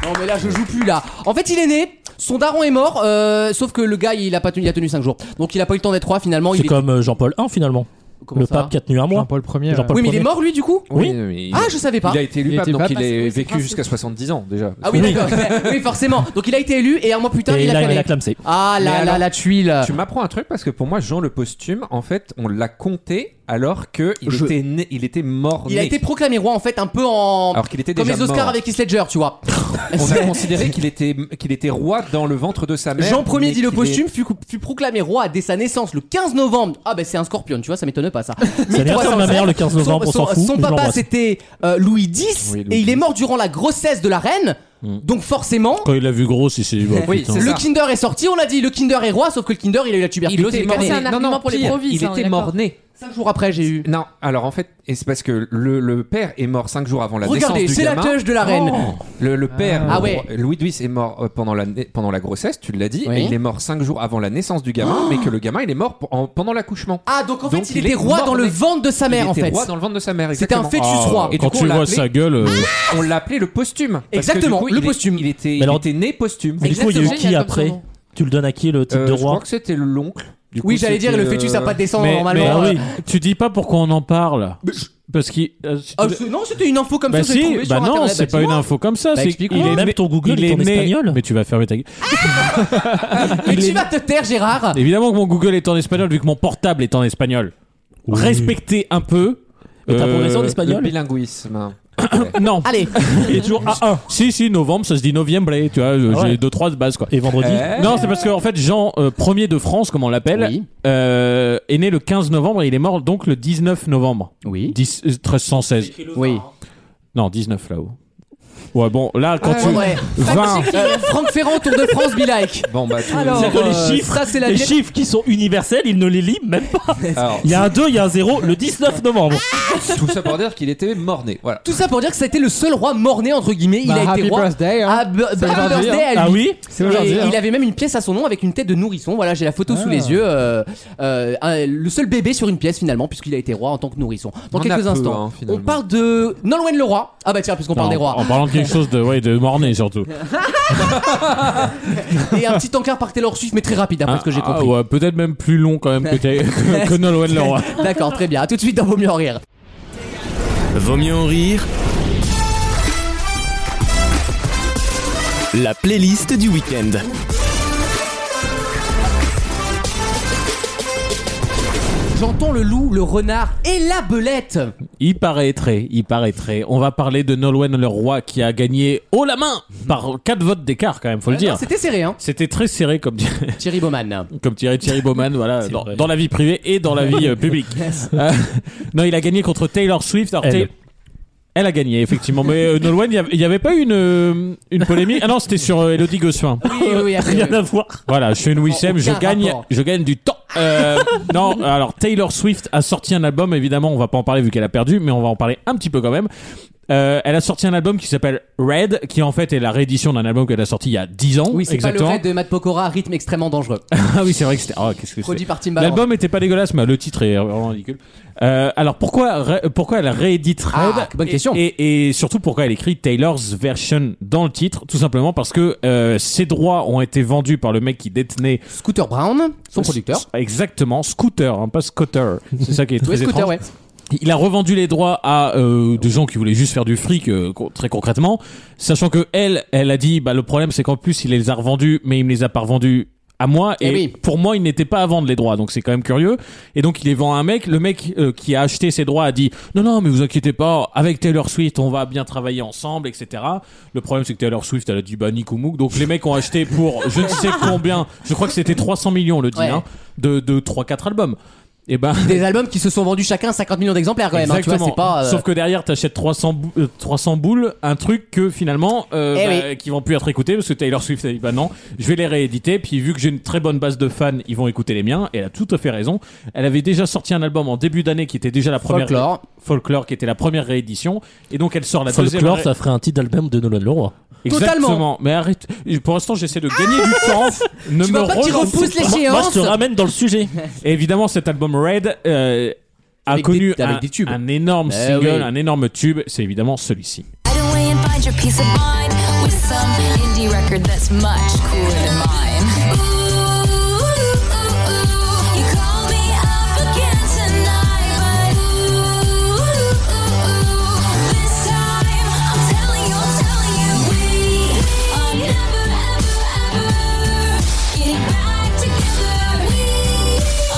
[SPEAKER 1] Non mais là je joue plus là. En fait il est né, son daron est mort, euh, sauf que le gars il a pas tenu, il a tenu 5 jours. Donc il a pas eu le temps d'être roi finalement.
[SPEAKER 4] C'est
[SPEAKER 1] il est-
[SPEAKER 4] comme euh, Jean-Paul I finalement.
[SPEAKER 1] Comment
[SPEAKER 4] le
[SPEAKER 1] ça
[SPEAKER 4] pape qui a tenu un mois.
[SPEAKER 8] Jean-Paul 1er.
[SPEAKER 4] Jean-Paul
[SPEAKER 1] Oui mais il est
[SPEAKER 4] premier.
[SPEAKER 1] mort lui du coup
[SPEAKER 4] Oui.
[SPEAKER 6] mais il,
[SPEAKER 1] Ah je savais pas.
[SPEAKER 6] il a été élu
[SPEAKER 8] Il
[SPEAKER 6] pape,
[SPEAKER 8] était
[SPEAKER 6] donc
[SPEAKER 8] pape,
[SPEAKER 6] il
[SPEAKER 7] c'est-
[SPEAKER 6] est
[SPEAKER 7] oui, c'est
[SPEAKER 6] vécu
[SPEAKER 7] principe.
[SPEAKER 6] jusqu'à 70 ans déjà.
[SPEAKER 1] Ah oui
[SPEAKER 4] Oui.
[SPEAKER 1] d'accord. oui forcément. Donc il a été élu et un mois plus tard
[SPEAKER 4] Et
[SPEAKER 1] il
[SPEAKER 4] il
[SPEAKER 1] a
[SPEAKER 4] a, il
[SPEAKER 1] calé.
[SPEAKER 4] a clamsé.
[SPEAKER 1] Ah
[SPEAKER 6] Mais
[SPEAKER 1] là là
[SPEAKER 6] alors,
[SPEAKER 1] la tuile.
[SPEAKER 6] Tu m'apprends un truc parce que pour moi, Jean le posthume, en fait, on l'a compté alors que il
[SPEAKER 1] Je-
[SPEAKER 6] était né, il était mort.
[SPEAKER 1] Il a
[SPEAKER 6] né.
[SPEAKER 1] été proclamé roi en fait un peu en
[SPEAKER 6] alors qu'il était
[SPEAKER 1] comme
[SPEAKER 6] déjà
[SPEAKER 1] les Oscars
[SPEAKER 6] mort.
[SPEAKER 1] avec Heath Ledger, tu vois.
[SPEAKER 6] On a considéré qu'il était qu'il était roi dans le ventre de sa mère.
[SPEAKER 1] Jean
[SPEAKER 6] mais
[SPEAKER 1] Ier dit le
[SPEAKER 6] qu'il est-
[SPEAKER 1] posthume fut, fut proclamé roi dès sa naissance le 15 novembre. Ah ben c'est un Scorpion, tu vois, ça m'étonne pas ça.
[SPEAKER 4] C'est l'anniversaire de ma mère le 15 novembre, on
[SPEAKER 1] son,
[SPEAKER 4] s'en fout.
[SPEAKER 1] son
[SPEAKER 4] mais je
[SPEAKER 1] papa
[SPEAKER 4] l'embrasse.
[SPEAKER 1] c'était euh, Louis X
[SPEAKER 6] Oui, Louis
[SPEAKER 1] et il est
[SPEAKER 6] X. Mm.
[SPEAKER 1] mort durant la grossesse de la reine. Donc forcément
[SPEAKER 5] Quand il l'a vu gros, il s'est dit, bah,
[SPEAKER 6] Oui,
[SPEAKER 5] putain.
[SPEAKER 6] c'est
[SPEAKER 1] le
[SPEAKER 6] ça.
[SPEAKER 1] Kinder est sorti, on l'a dit, le Kinder est roi sauf que le Kinder il a eu la
[SPEAKER 6] Il
[SPEAKER 1] tuberculose,
[SPEAKER 6] était
[SPEAKER 1] est
[SPEAKER 6] mort
[SPEAKER 1] cané.
[SPEAKER 7] C'est un
[SPEAKER 6] Non, non,
[SPEAKER 7] argument pour les
[SPEAKER 6] pire,
[SPEAKER 7] provis,
[SPEAKER 6] Il
[SPEAKER 7] ça, on est
[SPEAKER 6] était
[SPEAKER 7] d'accord.
[SPEAKER 6] mort né.
[SPEAKER 1] Cinq jours après j'ai eu.
[SPEAKER 6] Non, alors en fait, et c'est parce que le, le père est mort 5 jours avant la
[SPEAKER 1] Regardez,
[SPEAKER 6] naissance du
[SPEAKER 1] c'est la
[SPEAKER 6] gamin. Oh.
[SPEAKER 1] tâche de la reine.
[SPEAKER 6] Le, le père,
[SPEAKER 1] Ah
[SPEAKER 6] le-
[SPEAKER 1] ouais.
[SPEAKER 6] Louis XII est mort euh, pendant la, na- pendant la grossesse, tu l'as dit,
[SPEAKER 1] Oui.
[SPEAKER 6] et il est mort 5 jours avant la naissance du gamin, mais que le gamin, il est mort pour- en- pendant l'accouchement.
[SPEAKER 1] Ah donc en fait
[SPEAKER 6] Donc,
[SPEAKER 1] il,
[SPEAKER 6] il
[SPEAKER 1] était
[SPEAKER 6] est
[SPEAKER 1] roi
[SPEAKER 6] mort
[SPEAKER 1] dans le
[SPEAKER 6] né.
[SPEAKER 1] ventre de sa mère
[SPEAKER 6] il
[SPEAKER 1] en
[SPEAKER 6] était
[SPEAKER 1] fait.
[SPEAKER 6] roi dans le ventre de sa mère,
[SPEAKER 1] C'était un
[SPEAKER 6] exactement.
[SPEAKER 1] fœtus
[SPEAKER 5] Ah,
[SPEAKER 1] roi.
[SPEAKER 6] Et du
[SPEAKER 5] quand
[SPEAKER 6] coup,
[SPEAKER 5] tu
[SPEAKER 6] on l'a
[SPEAKER 5] vois
[SPEAKER 6] appelé- Ah,
[SPEAKER 5] sa gueule, euh,
[SPEAKER 6] On l'appelait le posthume. Parce que
[SPEAKER 1] Exactement,
[SPEAKER 6] du coup,
[SPEAKER 1] le
[SPEAKER 6] il est-
[SPEAKER 1] posthume.
[SPEAKER 6] il, était,
[SPEAKER 4] Mais alors-
[SPEAKER 6] il était né posthume.
[SPEAKER 4] Mais du coup, il y a eu
[SPEAKER 7] Exactement.
[SPEAKER 4] qui
[SPEAKER 7] Génial comme
[SPEAKER 4] après
[SPEAKER 7] son
[SPEAKER 4] Tu le donnes à qui le titre
[SPEAKER 6] Euh,
[SPEAKER 4] de
[SPEAKER 6] je crois
[SPEAKER 4] roi
[SPEAKER 6] que c'était l'oncle. Du
[SPEAKER 1] Oui
[SPEAKER 6] coup,
[SPEAKER 1] j'allais dire
[SPEAKER 6] c'était,
[SPEAKER 1] le fœtus a
[SPEAKER 6] euh,
[SPEAKER 1] pas de descendre
[SPEAKER 5] Mais, mais,
[SPEAKER 1] normalement.
[SPEAKER 5] ah
[SPEAKER 1] euh,
[SPEAKER 5] oui, tu dis pas pourquoi on en parle. Parce qu'il. euh, si tu-
[SPEAKER 1] Ah, c'est- non, c'était une info comme
[SPEAKER 5] bah
[SPEAKER 1] ça. j'ai
[SPEAKER 5] si,
[SPEAKER 1] trouvé
[SPEAKER 5] bah
[SPEAKER 1] sur
[SPEAKER 5] non,
[SPEAKER 1] Internet. Bah,
[SPEAKER 5] c'est pas
[SPEAKER 1] tu
[SPEAKER 5] une
[SPEAKER 1] vois.
[SPEAKER 5] info comme ça.
[SPEAKER 1] Bah,
[SPEAKER 5] c'est qu'il
[SPEAKER 1] explique-moi.
[SPEAKER 5] est
[SPEAKER 4] Même
[SPEAKER 5] né-
[SPEAKER 4] ton Google
[SPEAKER 5] il
[SPEAKER 4] est
[SPEAKER 5] est
[SPEAKER 4] en
[SPEAKER 5] né-
[SPEAKER 4] espagnol.
[SPEAKER 5] Mais tu vas fermer ta gueule.
[SPEAKER 1] Mais tu vas te taire,
[SPEAKER 4] Ah.
[SPEAKER 1] Gérard.
[SPEAKER 5] Évidemment que mon Google est en espagnol, vu que mon portable est en espagnol. Respectez un peu.
[SPEAKER 4] Mais t'as
[SPEAKER 5] euh,
[SPEAKER 4] progressé en
[SPEAKER 6] Le
[SPEAKER 4] espagnol
[SPEAKER 6] bilinguisme.
[SPEAKER 5] Non,
[SPEAKER 1] Allez,
[SPEAKER 5] il est toujours A1. Si, si, novembre, ça se dit novembre, tu vois, euh,
[SPEAKER 4] Ah ouais.
[SPEAKER 5] j'ai deux, trois de base, quoi.
[SPEAKER 4] Et vendredi
[SPEAKER 6] Eh
[SPEAKER 5] Non, c'est parce qu'en fait, Jean euh, Ier de France, comme on l'appelle,
[SPEAKER 1] Oui.
[SPEAKER 5] euh, est né le 15 novembre et il est mort donc le 19 novembre.
[SPEAKER 1] Oui.
[SPEAKER 5] 10, euh, 1316.
[SPEAKER 1] Oui.
[SPEAKER 5] Non, 19 là-haut. Ouais, bon, là, quand tu.
[SPEAKER 1] Ah Ouais.
[SPEAKER 5] 20.
[SPEAKER 1] Euh, Franck Ferrand, Tour de France, be like.
[SPEAKER 6] Bon, bah, tout-
[SPEAKER 4] C'est-à-dire que les
[SPEAKER 1] euh,
[SPEAKER 4] chiffres-
[SPEAKER 1] ça, c'est la
[SPEAKER 4] les
[SPEAKER 1] vie-
[SPEAKER 4] chiffres qui sont universels, il ne les lit même pas.
[SPEAKER 6] alors,
[SPEAKER 4] Il y a un 2, il y a un 0, le 19 novembre.
[SPEAKER 6] tout ça pour dire qu'il était mort-né. Voilà.
[SPEAKER 1] Tout ça pour dire que ça a été le seul roi mort-né, entre guillemets. Il
[SPEAKER 8] Bah,
[SPEAKER 1] a été
[SPEAKER 8] happy
[SPEAKER 1] roi.
[SPEAKER 8] birthday. hein.
[SPEAKER 1] Ah, b- b-
[SPEAKER 8] aujourd'hui,
[SPEAKER 1] birthday
[SPEAKER 8] hein.
[SPEAKER 1] à lui.
[SPEAKER 4] Ah oui
[SPEAKER 8] C'est
[SPEAKER 1] Et
[SPEAKER 8] aujourd'hui. hein.
[SPEAKER 1] il avait même une pièce à son nom avec une tête de nourrisson. Voilà, j'ai la photo sous
[SPEAKER 8] Ah.
[SPEAKER 1] les yeux. euh, euh, un- le seul bébé sur une pièce finalement, puisqu'il a été roi en tant que nourrisson. Dans
[SPEAKER 6] On en a
[SPEAKER 1] quelques
[SPEAKER 6] peu,
[SPEAKER 1] instants,
[SPEAKER 6] hein, finalement.
[SPEAKER 1] on parle de Nolwenn le roi. Ah bah tiens, puisqu'on parle
[SPEAKER 5] Non,
[SPEAKER 1] des rois.
[SPEAKER 5] En parlant de quelque chose de, ouais, de morné surtout.
[SPEAKER 1] Et un petit encart par Taylor Swift, mais très rapide après ce que j'ai
[SPEAKER 5] Ah,
[SPEAKER 1] compris.
[SPEAKER 5] ouais, peut-être même plus long quand même que, t'es- que, que Nolwenn Leroy.
[SPEAKER 1] D'accord, très bien. À tout de suite dans Vaut mieux en rire.
[SPEAKER 2] Vaut mieux en rire. La playlist du week-end.
[SPEAKER 1] j'entends le loup, le renard et la belette.
[SPEAKER 5] Il paraîtrait, il paraîtrait. On va parler de Nolwenn Leroy qui a gagné haut la main par 4 votes d'écart, quand même, faut le
[SPEAKER 1] Ah
[SPEAKER 5] dire.
[SPEAKER 1] non, C'était serré, hein.
[SPEAKER 5] C'était très serré comme, dirait-
[SPEAKER 1] Thierry Baumann.
[SPEAKER 5] comme tirait Thierry Bowman, voilà, dans,
[SPEAKER 4] vrai.
[SPEAKER 5] dans la vie privée et dans la vie euh, publique. Euh, non, il a gagné contre Taylor Swift. Alors,
[SPEAKER 4] Elle.
[SPEAKER 5] Tay- elle a gagné, effectivement. Mais euh, Nolwenn, il y avait- il n'y avait pas une, euh, une polémique. Ah non, c'était sur euh, Elodie Gossuin.
[SPEAKER 1] Oui, oui, oui, après,
[SPEAKER 4] Rien
[SPEAKER 1] oui.
[SPEAKER 4] à voir.
[SPEAKER 5] Voilà, je suis une Wissem,
[SPEAKER 1] Aucun
[SPEAKER 5] je gagne,
[SPEAKER 1] rapport.
[SPEAKER 5] je gagne du temps. Euh, non, alors Taylor Swift a sorti un album, évidemment, on va pas en parler vu qu'elle a perdu, mais on va en parler un petit peu quand même. Euh, elle a sorti un album qui s'appelle Red, qui en fait est la réédition d'un album qu'elle a sorti il y a 10 ans.
[SPEAKER 1] Oui, c'est pas le
[SPEAKER 5] exactement.
[SPEAKER 1] raid de Matt Pokora, rythme extrêmement dangereux.
[SPEAKER 5] ah oui, c'est vrai que c'était. Oh, qu'est-ce que c'est
[SPEAKER 1] Produit par Timbaland.
[SPEAKER 5] L'album était pas dégueulasse, mais le titre est vraiment ridicule. Euh, alors pourquoi, ré- pourquoi elle réédite Red
[SPEAKER 1] Ah, bonne
[SPEAKER 5] et-
[SPEAKER 1] question.
[SPEAKER 5] Et, et surtout pourquoi elle écrit Taylor's Version dans le titre Tout simplement parce que euh, ses droits ont été vendus par le mec qui détenait
[SPEAKER 1] Scooter Brown, son producteur.
[SPEAKER 5] Exactement, Scooter, hein, pas Scotter. C'est ça qui est très
[SPEAKER 1] Oui, Scooter,
[SPEAKER 5] étrange.
[SPEAKER 1] ouais.
[SPEAKER 5] Il a revendu les droits à euh, des gens qui voulaient juste faire du fric, euh, co- très concrètement, sachant que elle, elle a dit, bah le problème c'est qu'en plus il les a revendus, mais il me les a pas revendus à moi et
[SPEAKER 1] Eh oui.
[SPEAKER 5] pour moi il n'était pas à vendre les droits donc c'est quand même curieux et donc il les vend à un mec le mec euh, qui a acheté ses droits a dit non non mais vous inquiétez pas avec Taylor Swift on va bien travailler ensemble etc le problème c'est que Taylor Swift elle a dit bah nick ou mouk. donc les mecs ont acheté pour je ne sais combien je crois que c'était 300 millions le dit
[SPEAKER 1] Ouais.
[SPEAKER 5] hein, de, de 3-4 albums et ben
[SPEAKER 1] Des albums qui se sont vendus chacun 50 millions d'exemplaires quand même. hein, tu vois, c'est pas. euh,
[SPEAKER 5] Sauf que derrière, t'achètes 300, bou- euh, 300 boules, un truc que finalement, euh,
[SPEAKER 1] Eh
[SPEAKER 5] bah, qui vont plus être écoutés parce que Taylor Swift a dit bah non, je vais les rééditer. Puis vu que j'ai une très bonne base de fans, ils vont écouter les miens. Et elle a tout à fait raison. Elle avait déjà sorti un album en début d'année qui était déjà la première
[SPEAKER 1] Folklore.
[SPEAKER 5] Folklore, qui était la première réédition. Et donc elle sort la deuxième.
[SPEAKER 4] Folklore,
[SPEAKER 5] ré-
[SPEAKER 4] ça ferait un titre d'album de Nolwenn Leroy.
[SPEAKER 5] Exactement.
[SPEAKER 1] Totalement. Ah
[SPEAKER 5] Mais arrête. Pour l'instant, j'essaie de gagner du temps. Ne
[SPEAKER 1] Tu
[SPEAKER 5] me
[SPEAKER 1] vois pas qu'il
[SPEAKER 5] relance
[SPEAKER 1] repousse les
[SPEAKER 5] pas.
[SPEAKER 4] Moi, je
[SPEAKER 1] géances
[SPEAKER 4] te ramène dans le sujet.
[SPEAKER 5] Et évidemment, cet album Red euh, a
[SPEAKER 1] Avec
[SPEAKER 5] connu
[SPEAKER 1] des- avec
[SPEAKER 5] un,
[SPEAKER 1] des tubes.
[SPEAKER 5] un énorme
[SPEAKER 1] Eh
[SPEAKER 5] single,
[SPEAKER 1] oui.
[SPEAKER 5] un énorme tube. C'est évidemment celui-ci.
[SPEAKER 7] Hide away and find your peace of mind with some indie record that's much cooler than mine. You called me up again tonight, but ooh, this time I'm telling you, I'm telling you, we are never, ever, ever getting back together. We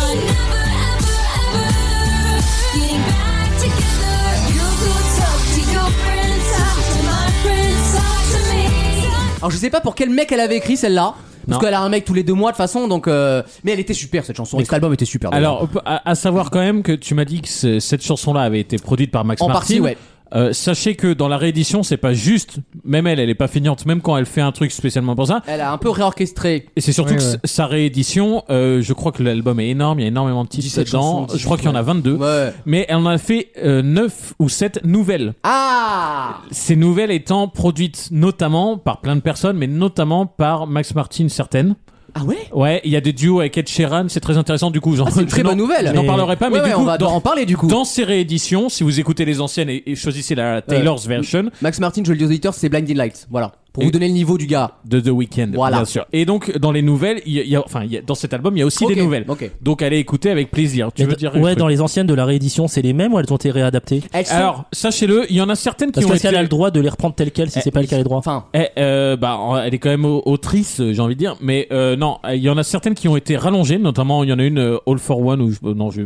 [SPEAKER 7] are never, ever, ever getting back together. You go talk to your friends, talk to my friends, talk to me.
[SPEAKER 1] Alors je sais pas pour quel mec elle avait écrit celle-là.
[SPEAKER 5] Non.
[SPEAKER 1] Parce qu'elle a un mec tous les deux mois de toute façon, donc. euh, Mais elle était super cette chanson. et Cet album était super. d'ailleurs.
[SPEAKER 5] Alors, à, à savoir quand même que tu m'as dit que ce- cette chanson-là avait été produite par Max
[SPEAKER 1] En
[SPEAKER 5] Martin.
[SPEAKER 1] partie, ouais.
[SPEAKER 5] Euh, sachez que dans la réédition, c'est pas juste. Même elle, elle est pas feignante. Même quand elle fait un truc spécialement pour ça.
[SPEAKER 1] elle a un peu réorchestré.
[SPEAKER 5] Et c'est surtout
[SPEAKER 8] Ouais,
[SPEAKER 5] que
[SPEAKER 8] ouais.
[SPEAKER 5] s- sa réédition, euh, je crois que l'album est énorme. Il y a énormément de titres
[SPEAKER 1] 17
[SPEAKER 5] dedans.
[SPEAKER 1] chansons,
[SPEAKER 5] je crois qu'il y en a 22.
[SPEAKER 1] Ouais.
[SPEAKER 5] Mais elle en a fait 9 ou 7 nouvelles.
[SPEAKER 1] Ah
[SPEAKER 5] Ces nouvelles étant produites notamment par plein de personnes, mais notamment par Max Martin, certaines.
[SPEAKER 1] Ah ouais
[SPEAKER 5] Ouais, il y a des duos avec Ed Sheeran, c'est très intéressant du coup. j'en-
[SPEAKER 1] Ah, c'est une très
[SPEAKER 5] je n'en-
[SPEAKER 1] bonne nouvelle.
[SPEAKER 5] Je n'en
[SPEAKER 1] Mais-
[SPEAKER 5] parlerai pas, mais
[SPEAKER 1] Ouais,
[SPEAKER 5] du
[SPEAKER 1] ouais,
[SPEAKER 5] coup,
[SPEAKER 1] on va
[SPEAKER 5] dans,
[SPEAKER 1] en parler du coup.
[SPEAKER 5] dans ces rééditions, si vous écoutez les anciennes et, et choisissez la Taylor's version
[SPEAKER 1] Max Martin, je le dis aux auditeurs, c'est Blinding Lights. Voilà. Pour
[SPEAKER 5] Et-
[SPEAKER 1] vous donner le niveau du gars.
[SPEAKER 5] de The Weeknd,
[SPEAKER 1] Voilà.
[SPEAKER 5] bien sûr. Et donc dans les nouvelles, il y a- il y a- enfin il y a- dans cet album, il y a aussi
[SPEAKER 1] Ok,
[SPEAKER 5] des nouvelles.
[SPEAKER 1] ok.
[SPEAKER 5] Donc allez écouter avec plaisir. Tu
[SPEAKER 4] Mais
[SPEAKER 5] veux
[SPEAKER 4] d-
[SPEAKER 5] dire
[SPEAKER 4] ouais,
[SPEAKER 5] le
[SPEAKER 4] dans
[SPEAKER 5] truc
[SPEAKER 4] les anciennes de la réédition, c'est les mêmes ou elles ont été réadaptées
[SPEAKER 1] Elles sont-
[SPEAKER 5] Alors sachez-le, il y en a certaines qui
[SPEAKER 4] Parce
[SPEAKER 5] ont
[SPEAKER 4] qu'elle
[SPEAKER 5] été.
[SPEAKER 4] a le droit de les reprendre telles quelles si c'est pas le cas des droits.
[SPEAKER 1] Enfin,
[SPEAKER 5] Eh, euh, bah, elle est quand même au- autrice, euh, j'ai envie de dire. Mais euh, non, euh, il y en a certaines qui ont été rallongées, notamment il y en a une euh, All for One où je- euh, non, je-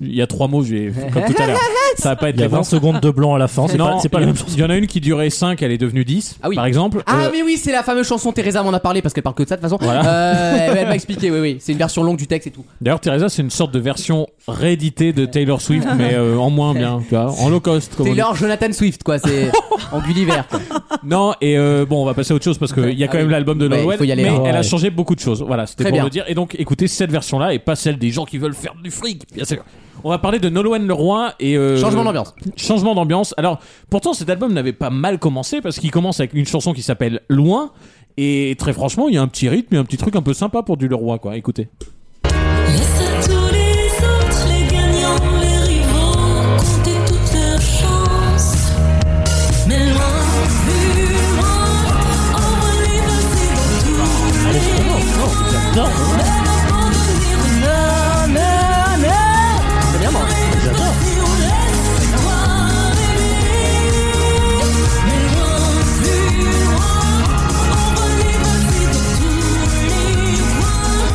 [SPEAKER 5] il y a trois mots, je vais comme tout à l'heure. Ça va pas être
[SPEAKER 4] Il y a
[SPEAKER 5] les bons.
[SPEAKER 4] 20 secondes de blanc à la fin, c'est
[SPEAKER 5] Non,
[SPEAKER 4] pas, c'est pas
[SPEAKER 5] il y
[SPEAKER 4] la
[SPEAKER 5] en-
[SPEAKER 4] même chose.
[SPEAKER 5] Il y en a une qui durait 5, elle est devenue 10,
[SPEAKER 1] Ah oui.
[SPEAKER 5] par exemple.
[SPEAKER 1] Ah
[SPEAKER 5] Euh,
[SPEAKER 1] mais oui, c'est la fameuse chanson Teresa m'en a parlé parce qu'elle parle que de ça de toute façon. Euh, elle elle m'a expliqué, oui oui, c'est une version longue du texte et tout.
[SPEAKER 5] D'ailleurs, Teresa, c'est une sorte de version rééditée de Taylor Swift, mais euh, en moins bien, tu vois, en low cost. Comme on dit.
[SPEAKER 1] Taylor Jonathan Swift quoi, c'est en Gulliver. quoi.
[SPEAKER 5] Non, et euh, bon, on va passer à autre chose parce qu'il y a
[SPEAKER 1] Ah
[SPEAKER 5] quand même
[SPEAKER 1] oui.
[SPEAKER 5] l'album de
[SPEAKER 1] Ouais,
[SPEAKER 5] Nolwenn,
[SPEAKER 1] faut y aller.
[SPEAKER 5] mais
[SPEAKER 4] Ouais.
[SPEAKER 5] elle a changé beaucoup de choses. Voilà, c'était
[SPEAKER 1] Très
[SPEAKER 5] pour
[SPEAKER 1] bien.
[SPEAKER 5] le dire. Et donc, écoutez cette version-là et pas celle des gens qui veulent faire du fric, bien sûr. On va parler de Nolwenn Leroy et euh,
[SPEAKER 1] Changement d'ambiance.
[SPEAKER 5] Changement d'ambiance. Alors, pourtant, cet album n'avait pas mal commencé parce qu'il commence avec une chanson qui s'appelle Loin. Et très franchement, il y a un petit rythme et un petit truc un peu sympa pour du Leroy, quoi. Écoutez.
[SPEAKER 7] Laisse à tous les autres, les gagnants, les rivaux, compter toutes leurs chances. Mais loin, plus loin, envoie les volets de tous les
[SPEAKER 4] Non,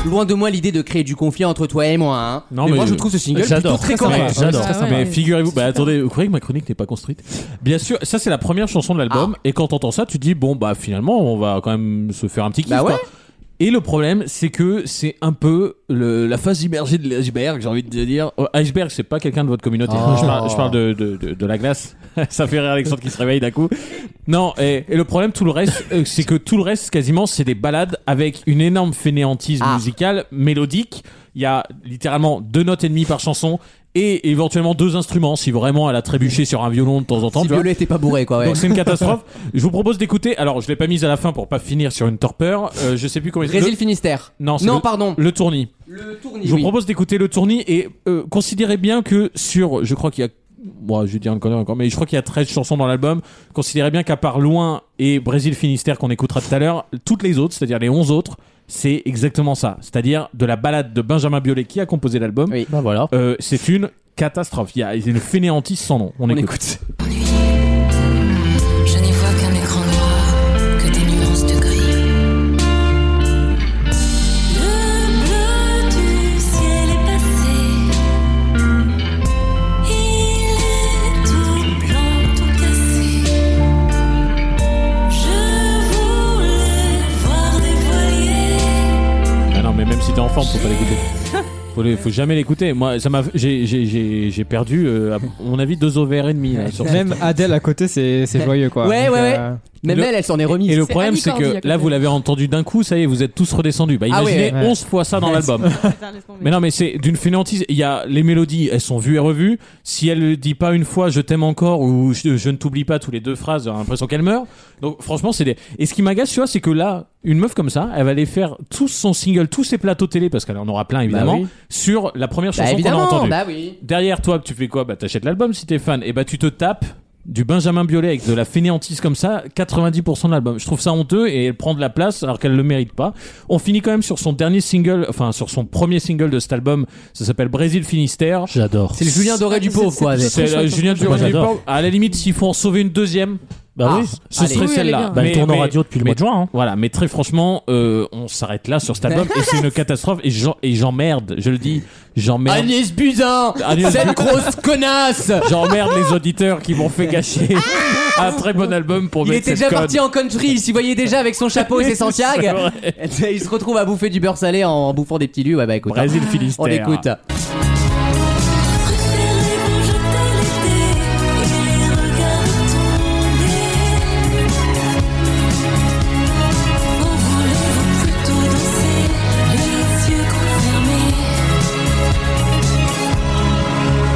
[SPEAKER 1] Loin loin de moi l'idée de créer du conflit entre toi et moi. hein.
[SPEAKER 5] Non,
[SPEAKER 1] mais,
[SPEAKER 5] mais
[SPEAKER 1] moi, je
[SPEAKER 5] je-
[SPEAKER 1] trouve ce single plutôt
[SPEAKER 4] j'adore.
[SPEAKER 1] très
[SPEAKER 4] Ça, ça
[SPEAKER 1] correct.
[SPEAKER 4] va, j'adore.
[SPEAKER 3] Ah ouais,
[SPEAKER 5] mais
[SPEAKER 3] ouais.
[SPEAKER 5] figurez-vous, bah attendez, vous croyez que ma chronique n'est pas construite Bien sûr, ça c'est la première chanson de l'album, et quand t'entends ça, tu te dis bon bah finalement on va quand même se faire un petit kiff.
[SPEAKER 1] Bah ouais.
[SPEAKER 5] quoi. Et le problème, c'est que c'est un peu le- Euh, la phase immergée de l'iceberg, j'ai envie de dire. Oh, iceberg, c'est pas quelqu'un de votre communauté.
[SPEAKER 1] Oh.
[SPEAKER 5] Je parle, je parle de, de- de- de la glace. ça fait rire Alexandre qui se réveille d'un coup. Non, et, et le problème, tout le reste, euh, c'est que tout le reste, quasiment, c'est des balades avec une énorme fainéantise
[SPEAKER 1] Ah.
[SPEAKER 5] musicale, mélodique. Il y a littéralement deux notes et demie par chanson et éventuellement deux instruments si vraiment elle a trébuché sur un violon de temps en temps.
[SPEAKER 1] Si
[SPEAKER 5] tu vois.
[SPEAKER 1] Violet était pas bourré, quoi. ouais.
[SPEAKER 5] Donc c'est une catastrophe. je vous propose d'écouter. Alors je l'ai pas mise à la fin pour pas finir sur une torpeur. Euh, je sais plus comment il
[SPEAKER 1] Brésil
[SPEAKER 5] s'appelle.
[SPEAKER 1] Finistère.
[SPEAKER 5] Non, c'est
[SPEAKER 1] non
[SPEAKER 5] le-
[SPEAKER 1] pardon.
[SPEAKER 5] Le tournis.
[SPEAKER 1] Le
[SPEAKER 5] Je vous propose d'écouter le tournis et euh, considérez bien que sur, je crois qu'il y a, moi je vais dire une connerie encore, mais je crois qu'il y a 13 chansons dans l'album. Considérez bien qu'à part Loin et Brésil Finistère qu'on écoutera tout à l'heure, toutes les autres, c'est-à-dire les 11 autres, c'est exactement ça. C'est-à-dire de la balade de Benjamin Biolay qui a composé l'album.
[SPEAKER 1] Oui.
[SPEAKER 4] Bah voilà.
[SPEAKER 5] Euh, c'est une catastrophe. Il y a une fainéantise sans nom. On,
[SPEAKER 1] On
[SPEAKER 5] écoute.
[SPEAKER 1] écoute.
[SPEAKER 7] Je n'y vois qu'un écran noir, que des nuances de gris. Le bleu du ciel est passé. Il est tout blanc, tout cassé. Je voulais voir des voiliers.
[SPEAKER 5] Ah non, mais même si t'es en forme, faut pas l'écouter. Faut, les- faut jamais l'écouter. Moi, ça m'a, j'ai, j'ai, j'ai, j'ai perdu, euh, à mon avis, deux ovaires et demi. là, sur
[SPEAKER 8] Même Adèle à côté, c'est c'est joyeux quoi.
[SPEAKER 1] Ouais,
[SPEAKER 8] Donc,
[SPEAKER 1] ouais, ouais.
[SPEAKER 8] euh,
[SPEAKER 1] Même
[SPEAKER 5] Le-
[SPEAKER 1] elle, elle s'en est
[SPEAKER 5] Et
[SPEAKER 1] remise.
[SPEAKER 5] le
[SPEAKER 3] C'est
[SPEAKER 5] problème,
[SPEAKER 3] Annie
[SPEAKER 5] c'est
[SPEAKER 3] Cordy à
[SPEAKER 5] que là,
[SPEAKER 3] côté.
[SPEAKER 5] vous l'avez entendu d'un coup, ça y est, vous êtes tous redescendus. Bah,
[SPEAKER 1] Ah ouais,
[SPEAKER 5] imaginez
[SPEAKER 8] ouais.
[SPEAKER 5] 11 fois ça dans l'album.
[SPEAKER 3] Attends, laisse tomber.
[SPEAKER 5] Mais non, mais c'est d'une fainéantise. Il y a les mélodies, elles sont vues et revues. Si elle ne dit pas une fois je t'aime encore ou je, je ne t'oublie pas tous les deux phrases, j'ai l'impression qu'elle meurt. Donc franchement, c'est des. Et ce qui m'agace, tu vois, c'est que là, une meuf comme ça, elle va aller faire tout son single, tous ses plateaux télé, parce qu'elle en aura plein évidemment,
[SPEAKER 1] oui.
[SPEAKER 5] sur la première
[SPEAKER 1] Bah,
[SPEAKER 5] chanson qu'on a
[SPEAKER 1] évidemment,
[SPEAKER 5] entendue.
[SPEAKER 1] bah oui.
[SPEAKER 5] Derrière toi, tu fais quoi Bah t'achètes l'album si t'es fan. Et bah tu te tapes du Benjamin Biolay avec de la fainéantise comme ça, 90% de l'album. Je trouve ça honteux et elle prend de la place alors qu'elle le mérite pas. On finit quand même sur son dernier single, enfin sur son premier single de cet album. Ça s'appelle Brésil Finistère.
[SPEAKER 4] J'adore. hein.
[SPEAKER 1] C'est le Julien Doré du pauvre, quoi. avec.
[SPEAKER 5] C'est euh, Julien
[SPEAKER 4] Moi,
[SPEAKER 5] Durand.
[SPEAKER 4] j'adore.
[SPEAKER 5] À la limite, s'il faut en sauver une deuxième,
[SPEAKER 4] Bah
[SPEAKER 1] Ah.
[SPEAKER 4] oui.
[SPEAKER 5] ce
[SPEAKER 1] Allez.
[SPEAKER 5] serait
[SPEAKER 3] Oui, elle est
[SPEAKER 5] celle-là.
[SPEAKER 3] bien.
[SPEAKER 4] Bah, elle tourne en radio depuis le
[SPEAKER 5] mais-
[SPEAKER 4] mois de juin. hein.
[SPEAKER 5] Voilà, mais très franchement, euh, on s'arrête là sur cet album et c'est une catastrophe et j'en- et j'emmerde, je le dis, j'emmerde.
[SPEAKER 1] Agnès Buzyn
[SPEAKER 5] Agnès Oh,
[SPEAKER 1] Cette grosse connasse
[SPEAKER 5] J'emmerde les auditeurs qui m'ont fait gâcher un très bon album pour
[SPEAKER 1] Il
[SPEAKER 5] mettre
[SPEAKER 1] était
[SPEAKER 5] cette
[SPEAKER 1] déjà
[SPEAKER 5] conne.
[SPEAKER 1] parti en country, il s'y voyait déjà avec son chapeau et ses
[SPEAKER 5] C'est
[SPEAKER 1] Santiago.
[SPEAKER 5] vrai.
[SPEAKER 1] Il se retrouve à bouffer du beurre salé en bouffant des petits lus. Ouais, bah écoute, hein,
[SPEAKER 5] Brésil Finistère.
[SPEAKER 1] on écoute.
[SPEAKER 7] Préférez vous jeter l'été et les regards tomber. Ou voulez-vous plutôt danser, les yeux grands fermés? Ne pas la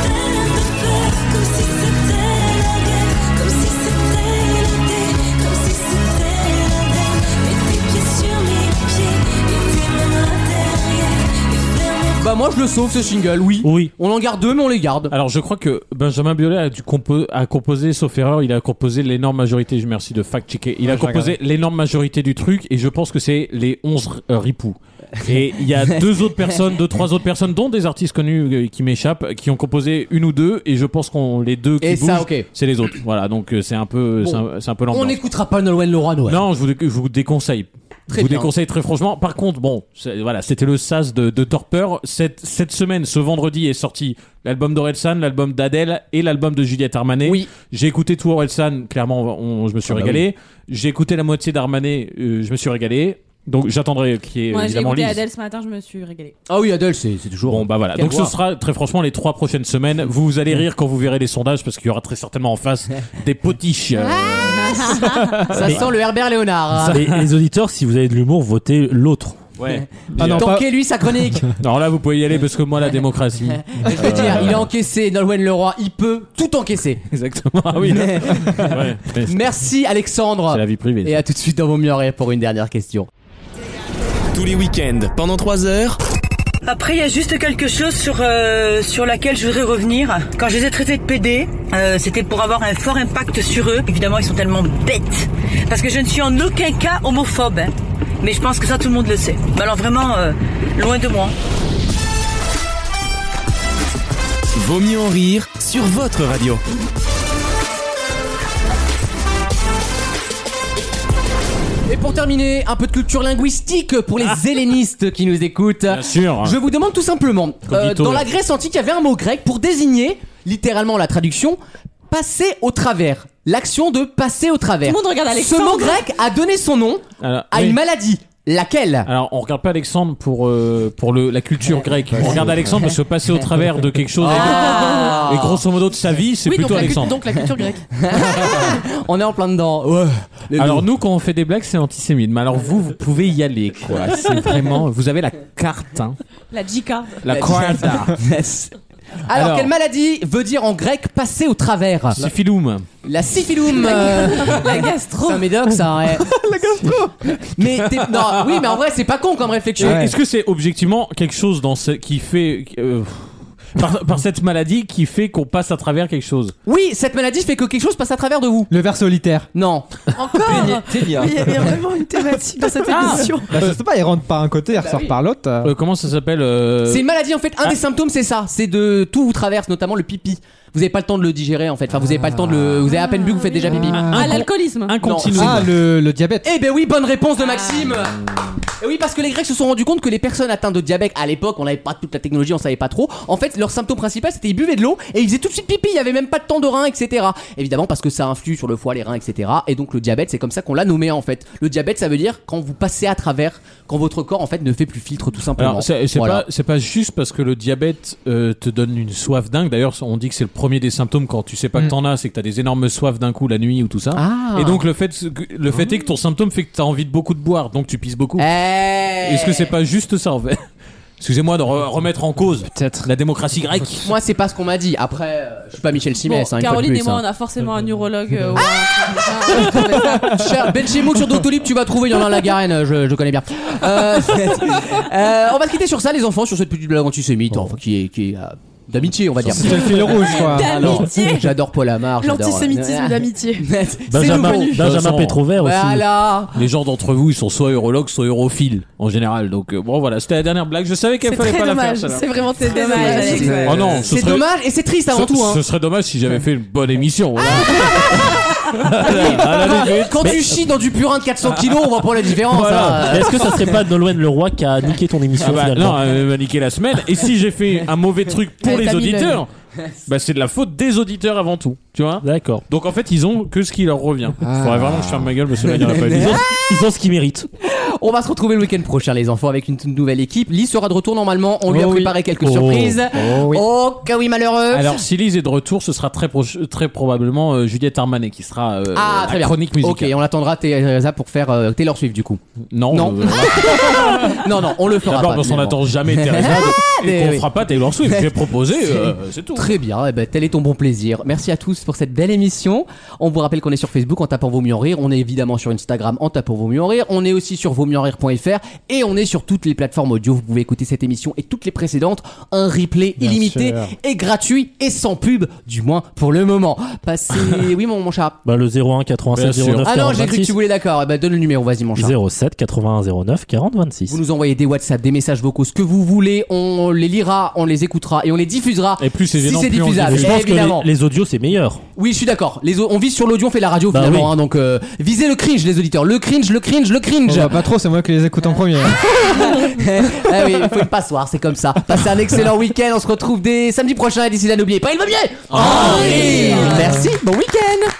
[SPEAKER 7] peine de faire comme si c'était la guerre, comme si c'était l'été, comme si c'était l'hiver. Mets tes pieds sur mes pieds et tes mains derrière et ferme
[SPEAKER 1] Bah moi je le sauve ce single, oui.
[SPEAKER 5] Oui. Ah,
[SPEAKER 1] On en garde deux, mais on les garde.
[SPEAKER 5] Alors je crois que Benjamin Biolay a, dû compo- a composé, sauf erreur, il a composé l'énorme majorité, je merci de fact-checker, il a
[SPEAKER 8] Ouais, je
[SPEAKER 5] composé l'énorme majorité du truc et je pense que c'est les 11 euh, ripoux. Et il y a deux autres personnes, deux, trois autres personnes, dont des artistes connus euh, qui m'échappent, qui ont composé une ou deux et je pense qu'on les deux qui
[SPEAKER 1] Et ça,
[SPEAKER 5] bougent,
[SPEAKER 1] ok.
[SPEAKER 5] c'est les autres. Voilà, donc euh, c'est un peu,
[SPEAKER 1] Bon.
[SPEAKER 5] c'est un, c'est un peu l'ambiance.
[SPEAKER 1] On n'écoutera pas Nolwenn Leroy Noël.
[SPEAKER 5] Non, je vous, je vous déconseille.
[SPEAKER 1] Très
[SPEAKER 5] je vous
[SPEAKER 1] bien.
[SPEAKER 5] déconseille très franchement. Par contre, bon, c'est- voilà, c'était le sas de, de torpeur. Cette, cette semaine, ce vendredi, est sorti l'album d'Orelsan, l'album d'Adèle et l'album de Juliette Armanet.
[SPEAKER 1] Oui.
[SPEAKER 5] J'ai écouté tout Orelsan, clairement, on- je me suis
[SPEAKER 4] Ah bah
[SPEAKER 5] régalé. J'ai écouté la moitié d'Armanet, euh, je me suis régalé. Donc j'attendrai qu'il y ait
[SPEAKER 3] Moi, j'ai
[SPEAKER 5] évidemment
[SPEAKER 3] écouté
[SPEAKER 5] Lise.
[SPEAKER 3] Adèle ce matin, je me suis régalée.
[SPEAKER 1] Ah oui, Adèle, c'est c'est toujours.
[SPEAKER 5] Bon bah voilà.
[SPEAKER 1] Quelle
[SPEAKER 5] Donc ce
[SPEAKER 1] voix.
[SPEAKER 5] sera très franchement les trois prochaines semaines. Vous, vous allez rire quand vous verrez les sondages parce qu'il y aura très certainement en face des potiches. euh,
[SPEAKER 3] Ah.
[SPEAKER 5] Ah,
[SPEAKER 1] Ça sent le Herbert Léonard. hein.
[SPEAKER 4] Mais les auditeurs, si vous avez de l'humour, votez l'autre.
[SPEAKER 5] ouais.
[SPEAKER 8] Ah non, pas-
[SPEAKER 1] Tanquez lui sa chronique.
[SPEAKER 5] Alors là vous pouvez y aller parce que moi la démocratie.
[SPEAKER 1] je
[SPEAKER 5] Euh,
[SPEAKER 1] veux dire, il a encaissé Nolwenn Leroy, il peut tout encaisser.
[SPEAKER 5] Exactement. Ah oui.
[SPEAKER 1] Mais-
[SPEAKER 5] Ouais. C'est
[SPEAKER 1] Merci Alexandre.
[SPEAKER 5] la vie privée.
[SPEAKER 1] Et à tout de suite dans vos mieux en rire pour une dernière question.
[SPEAKER 2] Tous les week-ends, pendant 3 heures.
[SPEAKER 11] Après, il y a juste quelque chose sur euh, sur laquelle je voudrais revenir. Quand je les ai traités de PD, euh, c'était pour avoir un fort impact sur eux. Évidemment, ils sont tellement bêtes. Parce que je ne suis en aucun cas homophobe. hein. Mais je pense que ça, tout le monde le sait. Mais alors vraiment, euh, loin de moi.
[SPEAKER 2] Vaut mieux en rire sur votre radio.
[SPEAKER 1] Et pour terminer, un peu de culture linguistique pour les hellénistes qui nous écoutent. Bien
[SPEAKER 5] Ah. sûr.
[SPEAKER 1] Je vous demande tout simplement, euh,
[SPEAKER 5] Cognito.
[SPEAKER 1] dans la Grèce antique, il y avait un mot grec pour désigner, littéralement la traduction, passer au travers. L'action de passer au travers.
[SPEAKER 12] Tout le monde regarde
[SPEAKER 1] Ce
[SPEAKER 12] Alexandre.
[SPEAKER 1] mot grec a donné son nom
[SPEAKER 12] euh,
[SPEAKER 5] Alors,
[SPEAKER 1] à
[SPEAKER 5] oui.
[SPEAKER 1] une maladie. Laquelle
[SPEAKER 5] Alors, on regarde pas Alexandre pour, euh, pour le, la culture grecque. On regarde Alexandre se passer au travers de quelque chose.
[SPEAKER 1] Ah.
[SPEAKER 5] Et grosso modo de sa vie, c'est
[SPEAKER 12] Oui, donc
[SPEAKER 5] plutôt
[SPEAKER 12] la, cu-
[SPEAKER 5] Alexandre.
[SPEAKER 12] donc la culture grecque.
[SPEAKER 1] On est en plein dedans. Ouais. Les
[SPEAKER 5] alors
[SPEAKER 1] loups.
[SPEAKER 5] nous, quand on fait des blagues, c'est antisémite. Mais alors vous, vous pouvez y aller, quoi. C'est vraiment... Vous avez la carte, hein.
[SPEAKER 12] La J-card.
[SPEAKER 5] La quarta.
[SPEAKER 1] Yes. Alors,
[SPEAKER 5] Alors.
[SPEAKER 1] quelle maladie veut dire en grec passer au travers
[SPEAKER 5] Syphilum.
[SPEAKER 1] La
[SPEAKER 12] Oh
[SPEAKER 1] syphilum. euh,
[SPEAKER 12] La gastro.
[SPEAKER 1] C'est un médoc, ça. ouais. mais t'es- non, oui, mais en vrai, c'est pas con comme réflexion.
[SPEAKER 5] Et Est-ce que c'est objectivement quelque chose dans ce... qui fait... euh, par, par cette maladie qui fait qu'on passe à travers quelque chose
[SPEAKER 1] Oui, cette maladie fait que quelque chose passe à travers de vous.
[SPEAKER 8] Le verre solitaire.
[SPEAKER 1] Non.
[SPEAKER 12] Encore Mais Il y avait vraiment une thématique dans cette
[SPEAKER 1] Ah.
[SPEAKER 5] Ah.
[SPEAKER 12] émission.
[SPEAKER 8] Bah, je sais pas, il rentre par un
[SPEAKER 1] Bah
[SPEAKER 8] côté, il ressort par l'autre. euh.
[SPEAKER 5] Euh, Comment ça s'appelle euh,
[SPEAKER 1] C'est une maladie en fait. Un des symptômes, c'est ça. C'est de tout vous traverse, notamment le pipi. Vous avez pas le temps de le digérer en fait. Enfin, vous avez pas le temps de le. Vous avez à peine bu que vous faites déjà pipi.
[SPEAKER 12] À Ah, l'alcoolisme.
[SPEAKER 5] Incontinent.
[SPEAKER 8] Ah, le, le diabète.
[SPEAKER 1] Eh ben oui, bonne réponse de Maxime.
[SPEAKER 12] Ah.
[SPEAKER 1] Et oui, parce que les Grecs se sont rendus compte que les personnes atteintes de diabète à l'époque, on n'avait pas toute la technologie, on savait pas trop. En fait, leur symptôme principal, c'était ils buvaient de l'eau et ils faisaient tout de suite pipi. Il y avait même pas de temps de rein, etc. Évidemment, parce que ça influe sur le foie, les reins, etc. Et donc le diabète, c'est comme ça qu'on l'a nommé en fait. Le diabète, ça veut dire quand vous passez à travers, quand votre corps en fait ne fait plus filtre, tout simplement.
[SPEAKER 5] Alors, c'est c'est
[SPEAKER 1] Voilà.
[SPEAKER 5] pas, c'est pas juste parce que le diabète euh, te donne une soif dingue. D'ailleurs, on dit que c'est le premier des symptômes quand tu sais pas que t'en as, c'est que t'as des énormes soifs d'un coup la nuit ou tout ça.
[SPEAKER 1] Ah.
[SPEAKER 5] Et donc, le fait, que- le fait est que ton symptôme fait que t'as envie de beaucoup de boire, donc tu pisses beaucoup.
[SPEAKER 1] Eh.
[SPEAKER 5] Est-ce que c'est pas juste ça en fait Excusez-moi de re- remettre en cause
[SPEAKER 8] Peut-être.
[SPEAKER 5] la démocratie grecque.
[SPEAKER 1] Moi, c'est pas ce qu'on m'a dit. Après, euh, je suis pas Michel Simès.
[SPEAKER 12] Bon,
[SPEAKER 1] hein, une fois de
[SPEAKER 12] Caroline
[SPEAKER 1] plus,
[SPEAKER 12] et moi,
[SPEAKER 1] hein.
[SPEAKER 12] on a forcément un neurologue. euh,
[SPEAKER 5] Ah
[SPEAKER 1] Cher Benchimouk sur Doctolib, tu vas trouver, il y en a à la Garenne, je, je connais bien. Euh, euh, on va se quitter sur ça, les enfants, sur cette petite blague antisémite, enfin, qui est, qui est, euh, d'amitié, on va dire.
[SPEAKER 8] C'est le fil rouge, quoi.
[SPEAKER 12] D'amitié.
[SPEAKER 1] Alors, J'adore Paul Amar. j'adore-
[SPEAKER 12] L'antisémitisme d'amitié.
[SPEAKER 1] C'est
[SPEAKER 4] Benjamin,
[SPEAKER 1] nouveau.
[SPEAKER 4] Benjamin
[SPEAKER 5] Vincent.
[SPEAKER 4] Pétrovert aussi.
[SPEAKER 1] Voilà.
[SPEAKER 5] Les gens d'entre vous, ils sont soit urologues, soit europhiles en général. Donc, euh, bon, voilà, c'était la dernière blague. Je savais qu'elle
[SPEAKER 12] C'est
[SPEAKER 5] fallait
[SPEAKER 12] très
[SPEAKER 5] pas
[SPEAKER 12] dommage.
[SPEAKER 5] la faire.
[SPEAKER 12] C'est vraiment très dommage,
[SPEAKER 3] dommage.
[SPEAKER 12] Alex.
[SPEAKER 5] celle-là. Oh non, ce
[SPEAKER 1] C'est
[SPEAKER 5] serait,
[SPEAKER 1] dommage et c'est triste avant
[SPEAKER 5] ce,
[SPEAKER 1] tout. Hein. Ah
[SPEAKER 5] ce serait dommage si j'avais fait une bonne émission. voilà.
[SPEAKER 1] Quand- Quand tu chies dans du purin de 400 kilos, on voit pas la différence. hein.
[SPEAKER 4] Mais Est-ce que ça serait pas Nolwenn Leroy qui a niqué ton émission
[SPEAKER 5] Ah bah,
[SPEAKER 4] finalement
[SPEAKER 5] non, elle m'a niqué la semaine. Et si j'ai fait un mauvais truc pour
[SPEAKER 12] Elle
[SPEAKER 5] les
[SPEAKER 12] t'a mis
[SPEAKER 5] auditeurs, bah c'est de la faute des auditeurs avant tout. Tu vois
[SPEAKER 4] D'accord.
[SPEAKER 5] Donc en fait, ils ont que ce qui leur revient. Faudrait vraiment que je ferme ma gueule parce que là, il y en a pas eu.
[SPEAKER 4] Ils ont, ils ont ce qu'ils méritent.
[SPEAKER 1] On va se retrouver le week-end prochain, les enfants, avec une toute nouvelle équipe. Lise sera de retour normalement. On lui a
[SPEAKER 4] Oh oui.
[SPEAKER 1] préparé quelques
[SPEAKER 4] Oh.
[SPEAKER 1] surprises.
[SPEAKER 4] Oh oui.
[SPEAKER 1] Oh, que oui, malheureux.
[SPEAKER 5] Alors, si Lise est de retour, ce sera très, proche- très probablement euh, Juliette Armanet qui sera euh,
[SPEAKER 1] ah,
[SPEAKER 5] la
[SPEAKER 1] très bien.
[SPEAKER 5] chronique
[SPEAKER 1] Ok,
[SPEAKER 5] musicale.
[SPEAKER 1] on attendra Teresa pour faire euh, Taylor Swift du coup.
[SPEAKER 5] Non,
[SPEAKER 1] Non.
[SPEAKER 5] euh,
[SPEAKER 1] Non, non, on le fera
[SPEAKER 5] d'abord
[SPEAKER 1] pas.
[SPEAKER 5] parce qu'on
[SPEAKER 1] finalement.
[SPEAKER 5] n'attend jamais Teresa donc-
[SPEAKER 1] Mais
[SPEAKER 5] et qu'on
[SPEAKER 1] oui.
[SPEAKER 5] fera pas Taylor Swift. Je vais proposer, euh, c'est tout.
[SPEAKER 1] Très bien, eh ben, tel est ton bon plaisir. Merci à tous pour cette belle émission. On vous rappelle qu'on est sur Facebook en tapant Vaut mieux en rire. On est évidemment sur Instagram en tapant Vaut mieux en rire. On est aussi sur vaut mieux en rire.fr et on est sur toutes les plateformes audio. Vous pouvez écouter cette émission et toutes les précédentes. Un replay illimité et gratuit et sans pub, du moins pour le moment. Passez. oui, mon, mon chat.
[SPEAKER 4] Bah, le 01
[SPEAKER 5] Bien
[SPEAKER 4] 96
[SPEAKER 5] sûr.
[SPEAKER 4] 09
[SPEAKER 1] Ah non, j'ai cru que
[SPEAKER 4] 46.
[SPEAKER 1] tu voulais d'accord. Eh ben, donne le numéro, vas-y, mon chat.
[SPEAKER 4] 07 81 09 40 26.
[SPEAKER 1] Vous nous envoyez des WhatsApp, des messages vocaux, ce que vous voulez, on les lira, on les écoutera et on les diffusera.
[SPEAKER 5] Et plus c'est
[SPEAKER 1] si
[SPEAKER 5] gênant,
[SPEAKER 1] c'est
[SPEAKER 5] plus on
[SPEAKER 1] diffusable,
[SPEAKER 5] le
[SPEAKER 4] Je pense
[SPEAKER 1] évidemment.
[SPEAKER 4] que les, les audios c'est meilleur.
[SPEAKER 1] Oui, je suis d'accord. Les au- on vise sur l'audio, on fait la radio
[SPEAKER 4] Bah
[SPEAKER 1] finalement.
[SPEAKER 4] oui.
[SPEAKER 1] hein, donc euh, visez le cringe, les auditeurs. Le cringe, le cringe, le
[SPEAKER 8] Bon,
[SPEAKER 1] cringe.
[SPEAKER 8] bah, pas trop, c'est moi qui les écoute en premier.
[SPEAKER 1] ah oui, faut une passoire, c'est comme ça. Passez un excellent
[SPEAKER 4] Ah
[SPEAKER 1] week-end. On se retrouve dès samedi prochain. Et d'ici là, n'oubliez pas, il va bien. Henri Merci. Bon week-end.